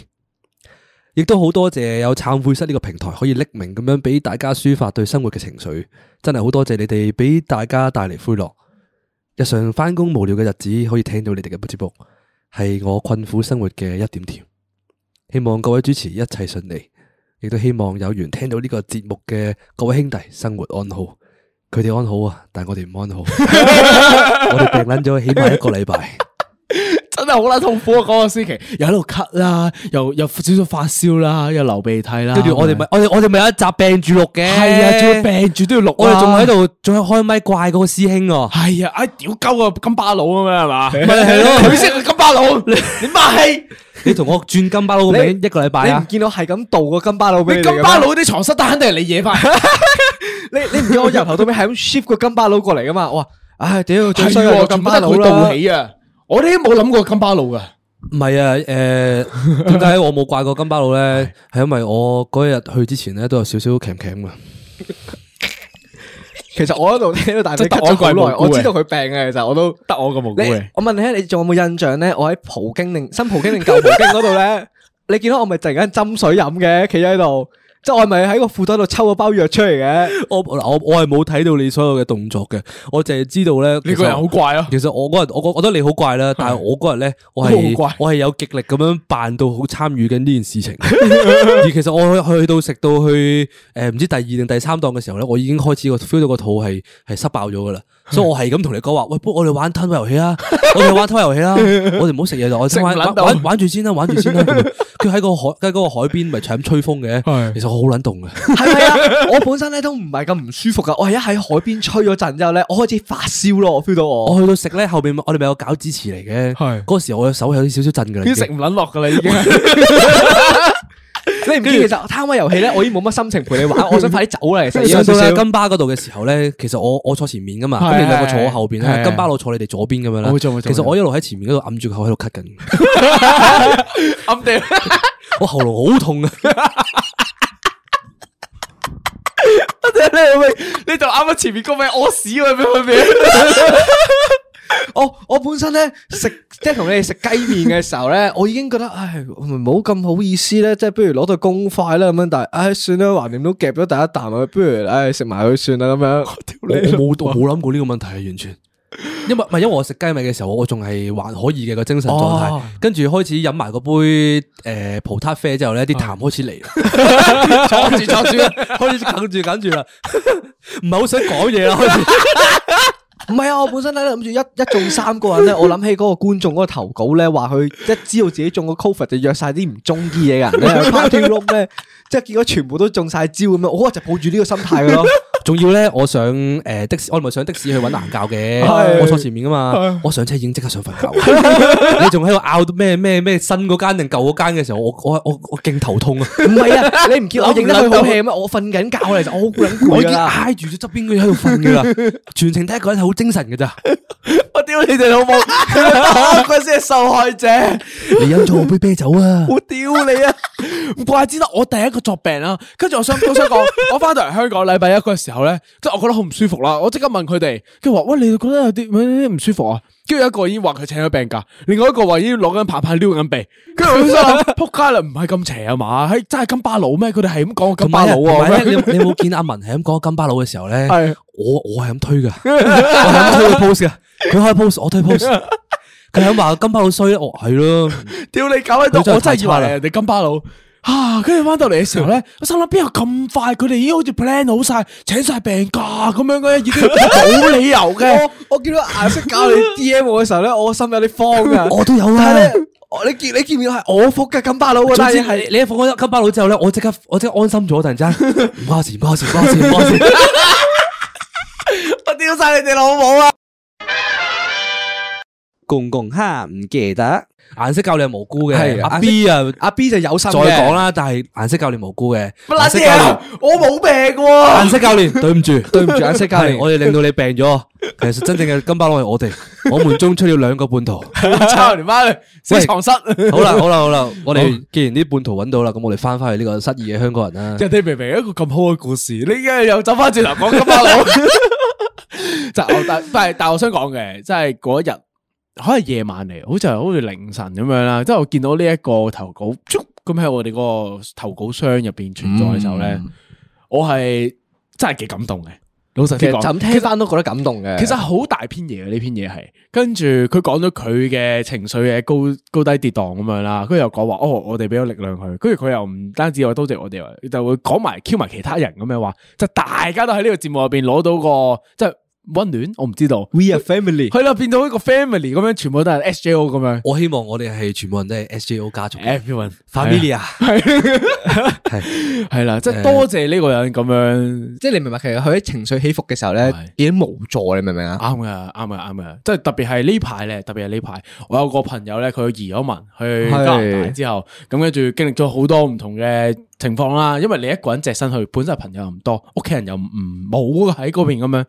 亦都好多謝有懺悔室呢個平台可以匿名咁樣俾大家抒發對生活嘅情緒，真係好多謝你哋俾大家帶嚟歡樂。日常翻工無聊嘅日子可以聽到你哋嘅節目，係我困苦生活嘅一點甜。希望各位主持一切順利，亦都希望有緣聽到呢個節目嘅各位兄弟生活安好。佢哋安好啊，但係我哋唔 安好，我哋病捻咗起碼一個禮拜。 真係好啦，痛苦啊！嗰、個思期又喺度咳啦，又又少少發燒啦，又流鼻涕啦， 跟住我哋咪我哋我哋咪有一集病住錄嘅，係啊，仲要病住都要錄啊，我哋仲喺度仲喺開咪怪嗰個師兄喎，係啊，哎屌鳩啊，金巴佬啊嘛係嘛，咪係咯，佢識個金巴佬，你媽閪！你同我轉金巴佬個名一個禮拜你唔啊，見到係咁倒個金巴佬俾你嘅咩金巴佬啲床蝨單肯定係你惹翻，你你唔見我由頭到尾係咁 shift 個金巴佬過嚟噶嘛？我話唉屌，最係衰喎我全金部巴得佬佢啦道。起啊！我哋都冇諗過金巴佬噶，唔係啊，誒，點解我冇怪過金巴佬咧？ 係因為我嗰日去之前咧都有少少鉗鉗啊。其實我喺度聽到大飛即咳係得我一咗個係好耐，無辜嘅我知道佢病嘅，其實我都得我咁無你我問你咧，你仲有冇印象咧？我喺葡京定新葡京定舊葡京嗰度咧， 你見到我咪突然間斟水飲嘅，企咗喺度，即係我咪喺個褲袋度抽咗包藥出嚟嘅。我我我係冇睇到你所有嘅動作嘅，我淨係知道咧。你個人好怪 啊！其實我嗰日我我覺得你好怪啦，但係我嗰日咧，我係好怪我係有極力咁樣扮到好參與緊呢件 事情。而其實我去去到食到去誒唔知第二定第三檔嘅時候咧，我已經開始個 feel 到個肚係係塞爆咗噶 啦，所以我係咁同你講話，喂，不如我哋玩吞胃遊戲啊， 我哋玩吞胃遊戲 啦，我哋唔好食嘢就我哋玩食唔撚玩到玩玩住先啦，玩住先啦。咁樣佢喺個 海喺嗰個海邊咪搶吹風係嘅，其實我好撚凍嘅。 係咪啊？我本身咧都唔係咁唔舒服噶，我係一喺海邊吹咗陣之後咧，我開始發燒咯，我 feel 到我。我去到食咧，後邊咪我哋咪有餃子池嚟嘅，係嗰時我嘅手係有啲少少震噶啦，已已經經食唔撚落噶啦，已經。你唔知其實攤位遊戲咧，我已經冇乜心情陪你玩， 我想快啲走啦。其實已上經有到少咧少金巴嗰度嘅時候咧，其實我我坐前面噶嘛，係咁你兩個坐我後邊係咧，金巴佬坐你哋左邊咁樣啦。冇錯冇錯其實我一路喺前面嗰度揞住個口喺度咳緊， 暗地 我喉嚨好 痛啊！你就啱啱前面嗰位屙屎喎，俾佢俾。哦我我本身咧食 即係同你哋食雞面嘅時候咧，我已經覺得唉唔好咁好意思咧，即係不如攞對公筷啦咁樣，但係唉算啦，橫掂都夾咗第一啖啊，不如唉食埋佢算啦咁樣。我我冇我冇諗過呢個問題啊，完全。因為唔係因為我食雞米嘅時候，我仲係還可以嘅個精神狀態哦，跟住開始飲埋嗰杯誒葡撻啡之後咧，啲痰開始嚟啦， 坐住坐住，開始梗住梗住啦，唔係好想講嘢啦，開 始。唔係啊，我本身咧諗住一一中三個人咧，我諗起嗰個觀眾嗰個投稿咧，話佢一知道自己中個 covid 就約晒啲唔中意嘅人咧，拋條窿咧，即係結果全部都中晒招咁樣，我就抱住呢個心態嘅咯。仲要咧，我上诶的士，我唔係上的士去揾硬教嘅，係我坐前面噶嘛，我上車已經即刻想瞓 覺。你仲喺度拗到咩咩咩新嗰間定舊嗰間嘅時候，我我我我勁頭痛啊！唔係啊，你唔見我認得佢好 hea 咩？我瞓緊覺嚟，就我好撚我已攰㗎經啦。挨住咗側邊嗰啲喺度瞓噶啦，全程睇一個人係好精神噶咋。我屌你哋老 母， 佢先係受害者，你飲咗我杯啤酒啊！我 屌你啊！唔怪之得我第一個作病啦，跟住我想我想講， 我翻到嚟香港禮拜一嗰時候咧，即係我覺得好唔舒服啦，我即刻問佢哋，跟住話喂，你哋覺得有啲咩唔舒服啊？跟住有一個已經話佢請咗病假，另外一個話已經攞緊棒棒撩緊鼻，跟住我心 諗仆街啦，唔係咁邪啊嘛，係真係金巴佬咩？佢哋係咁講金同巴埋佬咧，啊同埋咧，喎，你你有冇見阿文係咁講金巴佬嘅時候咧？係我我係咁推噶，我係咁推佢 post 噶，佢開 post 我推 post，佢係咁話金巴佬衰，我係咯。屌你搞喺度，佢真係我真係以為太差啦係人哋金巴佬。啊！跟住翻到嚟嘅時候咧，我心諗邊有咁快？佢哋已經好似 plan 好晒，請晒病假咁樣嘅，已經 冇理由嘅。我我見到顏色教你 D M 我嘅時候咧，我心有啲慌㗎。我都有但係啊咧。，我你見你見唔見係我服嘅金巴佬喎？總但之係係 係你一放開金巴佬之後咧，我即刻我即刻安心咗，突然之間唔關我事，唔關我事，唔關我事，唔關我事。我屌晒你哋老母啊！公公哈唔記得，顏色教你係無辜嘅，係阿顏色 B 啊，阿 B 就有心再嘅講啦，但係顏色教練無辜嘅，乜顏色撚教練嘢啊！我冇病喎，顏色教練，對唔住，對唔住顏色教練係我哋令到你病咗。其實真正嘅金巴佬係我哋，我們中出了兩個 叛徒。抄你妈去死喂床室，好啦，好啦，好啦，我哋既然啲叛徒揾到啦，咁我哋翻翻去呢個失意嘅香港人啦。人哋明明一個咁好嘅故事，你而家又走翻轉頭講金馬 佬，就我但但係但我想講嘅，即係嗰一日可能夜晚嚟，好似係好似凌晨咁樣啦。即係我見到呢一個投稿，啾咁喺我哋個投稿箱入邊存在嘅時候咧，我係真係幾感動嘅。老實其啲實講，就咁聽翻都覺得感動嘅。其實好大篇嘢啊嘅呢篇嘢係，跟住佢講咗佢嘅情緒嘅高高低跌宕咁樣啦，跟住又講話哦，我哋俾咗力量佢，跟住佢又唔單止話多謝我哋，就會講埋 Q 埋其他人咁樣話，就大家都喺呢個節目入邊攞到個即係温暖，我唔知道， We are family，係啦，變到一個 family 咁樣，全部都係 SJO 咁樣我希望我哋係全部人都係 SJO 家族，everyone ，familia。 係係啦，即係多謝呢個人咁樣。即係你明唔明？其實佢喺情緒起伏嘅時候咧係，已經無助，你明唔明啊？啱嘅，啱嘅，啱嘅，即係特別係呢排咧，特別係呢排，我有個朋友咧，佢移咗民去加拿大之後，咁跟住經歷咗好多唔同嘅情況啦。因為你一個人隻身去，本身朋友又唔多，屋企人又唔唔冇喺嗰邊咁樣，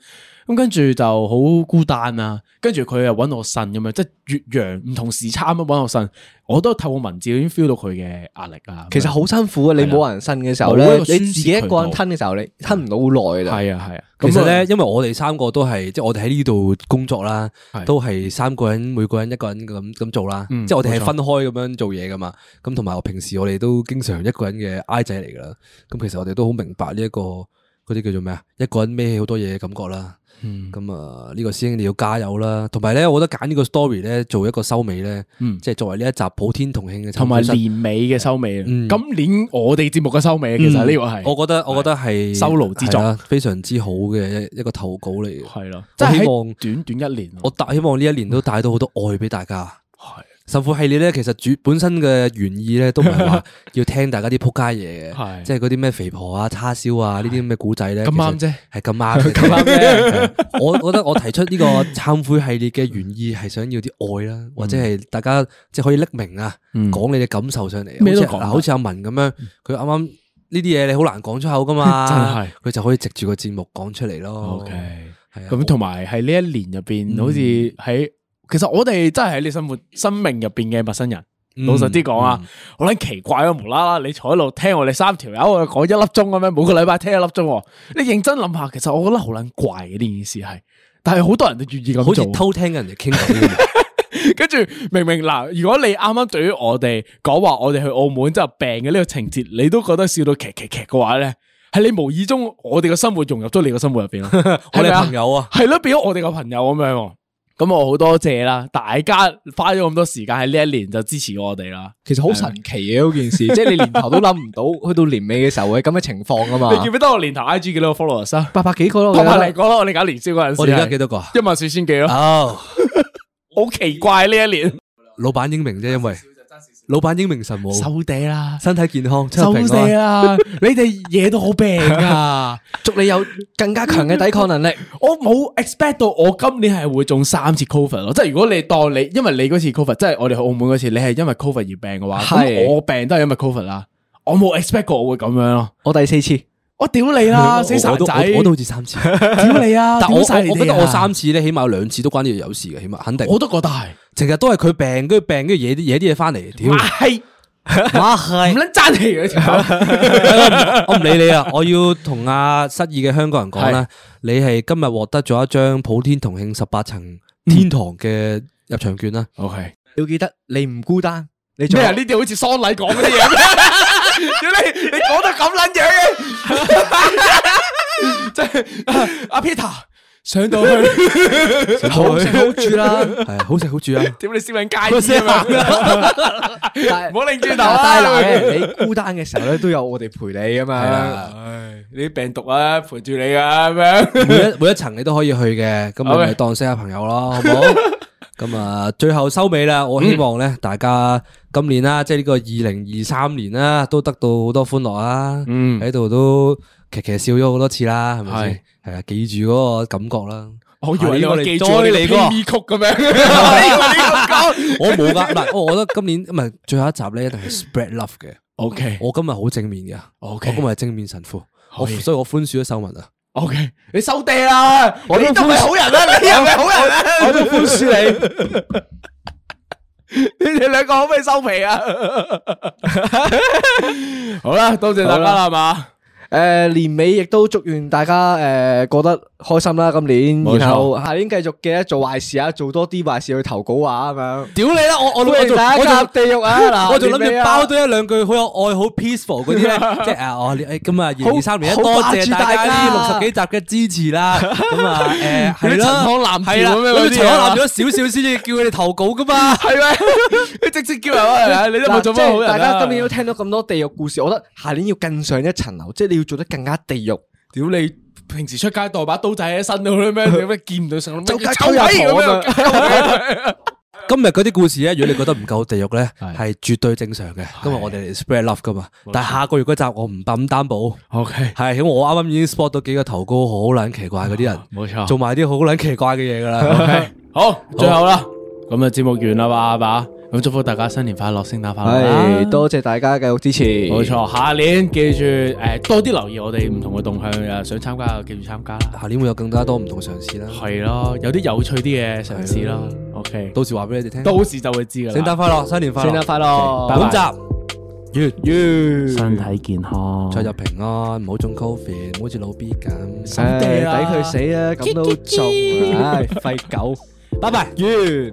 咁跟住就好孤單啊。跟住佢又揾我呻咁樣，即係越洋唔同時差咁樣揾我呻，我都透過文字已經 feel 到佢嘅壓力啊。其實好辛苦啊！你係啦冇人呻嘅時候冇一個咧，你宣泄自己一個人渠道吞嘅時候，你吞唔到好耐啦。係啊係啊，其咁實啊咧，因為我哋三個都係即係我哋喺呢度工作啦，係都係三個人，每個人一個人咁咁做啦。嗯即係我哋係冇錯分開咁樣做嘢噶嘛。咁同埋我平時我哋都經常一個人嘅 I 仔嚟噶啦。咁其實我哋都好明白呢、一個嗰啲叫做咩啊，一個人孭起好多嘢嘅感覺啦。嗯咁啊，呢個師兄你要加油啦。同埋咧，我覺得揀呢個 story 咧做一個收尾咧，嗯即係作為呢一集普天同慶嘅啊同埋籌款室年尾嘅收尾啊，嗯今年我哋節目嘅收尾啊，其實呢個係我覺得我覺得係收爐之作係啦非常之好嘅一一個投稿嚟嘅。系我咯，即系希望短短一年咯，我大希望呢一年都帶到好多愛俾大家。系神父系列咧，其實主本身嘅原意咧，都唔係 話要聽大家啲撲街嘢嘅，係即係嗰啲咩肥婆啊、叉燒啊呢啲咁嘅古仔咧，咁啱啫，係咁啱 嘅，咁啱嘅。 我覺得我提出呢個懺悔系列嘅原意係想要啲愛啦，或者係大家即係可以匿名啊，嗯講你嘅感受上嚟，咩都好似講嗱，好似阿文咁樣，佢啱啱呢啲嘢你好難講出口噶 真嘛係，佢就可以藉住個節目講出嚟咯。 OK，係啊嗯咁同埋喺呢一年入边，好似喺其實我哋真係喺你生活、生命入边嘅陌生人。嗯老實啲講啊，好撚奇怪啊！無啦啦，你坐喺度聽我哋三條友講一粒鐘咁樣，每個禮拜聽一粒鐘喎。你認真諗下，其實我覺得好撚怪嘅呢件事係，但係好多人都願意好咁似做。啊偷聽人哋傾偈 咁。跟住明明嗱，如果你啱啱對於我哋講話，我哋去澳門之後病嘅呢個情節，你都覺得笑到劇劇劇嘅話咧，係你無意中我哋嘅生活融入咗你嘅生活入边咯， 我係咪哋朋友啊，係咯，變咗我哋嘅朋友咁樣喎。咁我好多謝啦，大家花咗咁多時間喺呢一年就支持我哋啦。其實好神奇嘅嗰件事，即係你年頭都諗 唔到，去到年尾嘅時候會咁嘅情況啊你記嘛唔。記得我年頭 I G 幾多個 followers 啊？八百幾個咯，八百嚟講啦，我哋搞年宵嗰陣時，我哋而家幾多個啊？一萬四千幾咯，哦，好奇怪呢一年。老闆英明啫，因為老闆英明神武，收地啦，身體健康，出入收平啊地安，啦，你哋嘢都好病啊噶。祝你有更加強嘅抵抗 能力。我冇 expect 到我今年係會中三次 covid 咯，即係如果你當你因為你嗰次 covid，即係我哋去澳門嗰次，你係因為 covid 而病嘅話，咁係我病都係因為 covid 啦。我冇 expect 過我會咁樣 咯，我第四次，我屌你啦，啊死我傻都仔，我我都好似三次， 屌你啊！ 但我屌我晒你哋我啊覺得我三，次咧，起碼有兩次都關呢條有事嘅，起碼肯定。我都覺得係，成日都係佢病，跟住病，跟住惹啲惹啲嘢翻嚟， 屌！係哇係唔撚爭氣嘅條 友我唔理你啊！我要同阿失意嘅香港人講啦，你係今日獲得咗一張普天同慶十八層天堂嘅入場券啦。 OK，要記得你唔孤單，你仲咩有啊？呢啲好似喪禮講嗰啲嘢咩，屌你！你講得咁 撚樣嘅， 即係阿 Peter 上到去。好食 好 住 啦，係好食好住啊！屌你笑緊街市啊嘛！但係唔好擰轉頭但係啊！嗱你孤單嘅時候咧，都有我哋陪你啊係嘛。啦。唉，你啲病毒啊，陪住你啊，咁樣每一每一层你都可以去嘅，咁你 OK 咪當識下朋友咯，好唔好？咁啊，最後收尾啦，我希望咧，大家今年啦，即係呢個二零二三年啦，都得到好多歡樂啊！嗯喺度都騎騎笑咗好多次啦，係咪係先？係啊，記住嗰個感覺啦。 我以為你呢個話嚟記住 join 我哋你嘅個 PV 曲 咁樣。我冇噶，嗱，我我覺得今年唔係最後一集咧，一定係 spread love 嘅。 O K 我今日好正面嘅 OK 我今日係正面神父，我可以所以我寬恕咗秀文啊。 O K，你收爹啦！我都都唔係好人啦，你係咪好人啦？我都寬恕你。 你哋兩個可唔可以收皮 啊？好啦，多謝大家啦，係嘛？诶，年尾亦都祝願大家诶过得開心啦，今冇錯年，然後下年繼續記得做壞事啊，做多啲壞事去投稿啊，咁樣。屌你啦！我我歡迎大家入地獄啊！嗱，我仲年諗尾住啊包多一兩句好有愛、好 peaceful 嗰啲咧，即係啊，我誒咁啊，二零二三年咧好多掛謝住大大家呢家六十幾集嘅支持啦，咁啊誒係嗰啲陳腔咯，濫調係啦，咁樣嗰啲咁陳腔啊濫調咗少少先至叫佢哋投稿噶嘛，系咩？ 你直接叫人翻嚟 啊！你都冇嗱做乜好人即係大啊家今年都聽到咁多地獄故事，我覺得下年要更上一層樓，即係你要做得更加地獄。屌你！平時出街帶把刀仔喺身度咧咩？ 你咩見唔到上周街抽油咁糖啊樣今日嗰啲故事咧，如果你覺得唔夠地獄咧，係係絕對正常嘅。今日我哋嚟 spread love 噶嘛，但係下個月嗰集我唔敢擔保。 ？OK，係咁我啱啱已經 spot 到幾個投稿好撚奇怪嗰啲人，冇錯做埋啲好撚奇怪嘅嘢噶啦。好，最後啦，咁啊節目完啦嘛，係嘛？咁祝福大家新年快樂，聖誕快樂啦！係多謝大家繼續支持，冇錯，下年記住诶多啲留意我哋唔同嘅動向，誒想參加嘅記住參加啦。下年會有更加多唔同嘗試啦，係咯，有啲有趣啲嘅嘗試啦。OK，到時話俾你哋聽。到時就會知噶聖誕啦。快樂，新年快樂，聖誕快樂本拜拜集完身體健康。完，出入平安，唔好中 Covid，唔好似老 B 咁。唉抵佢死啊！咁 都中，唉，廢狗，拜拜。完。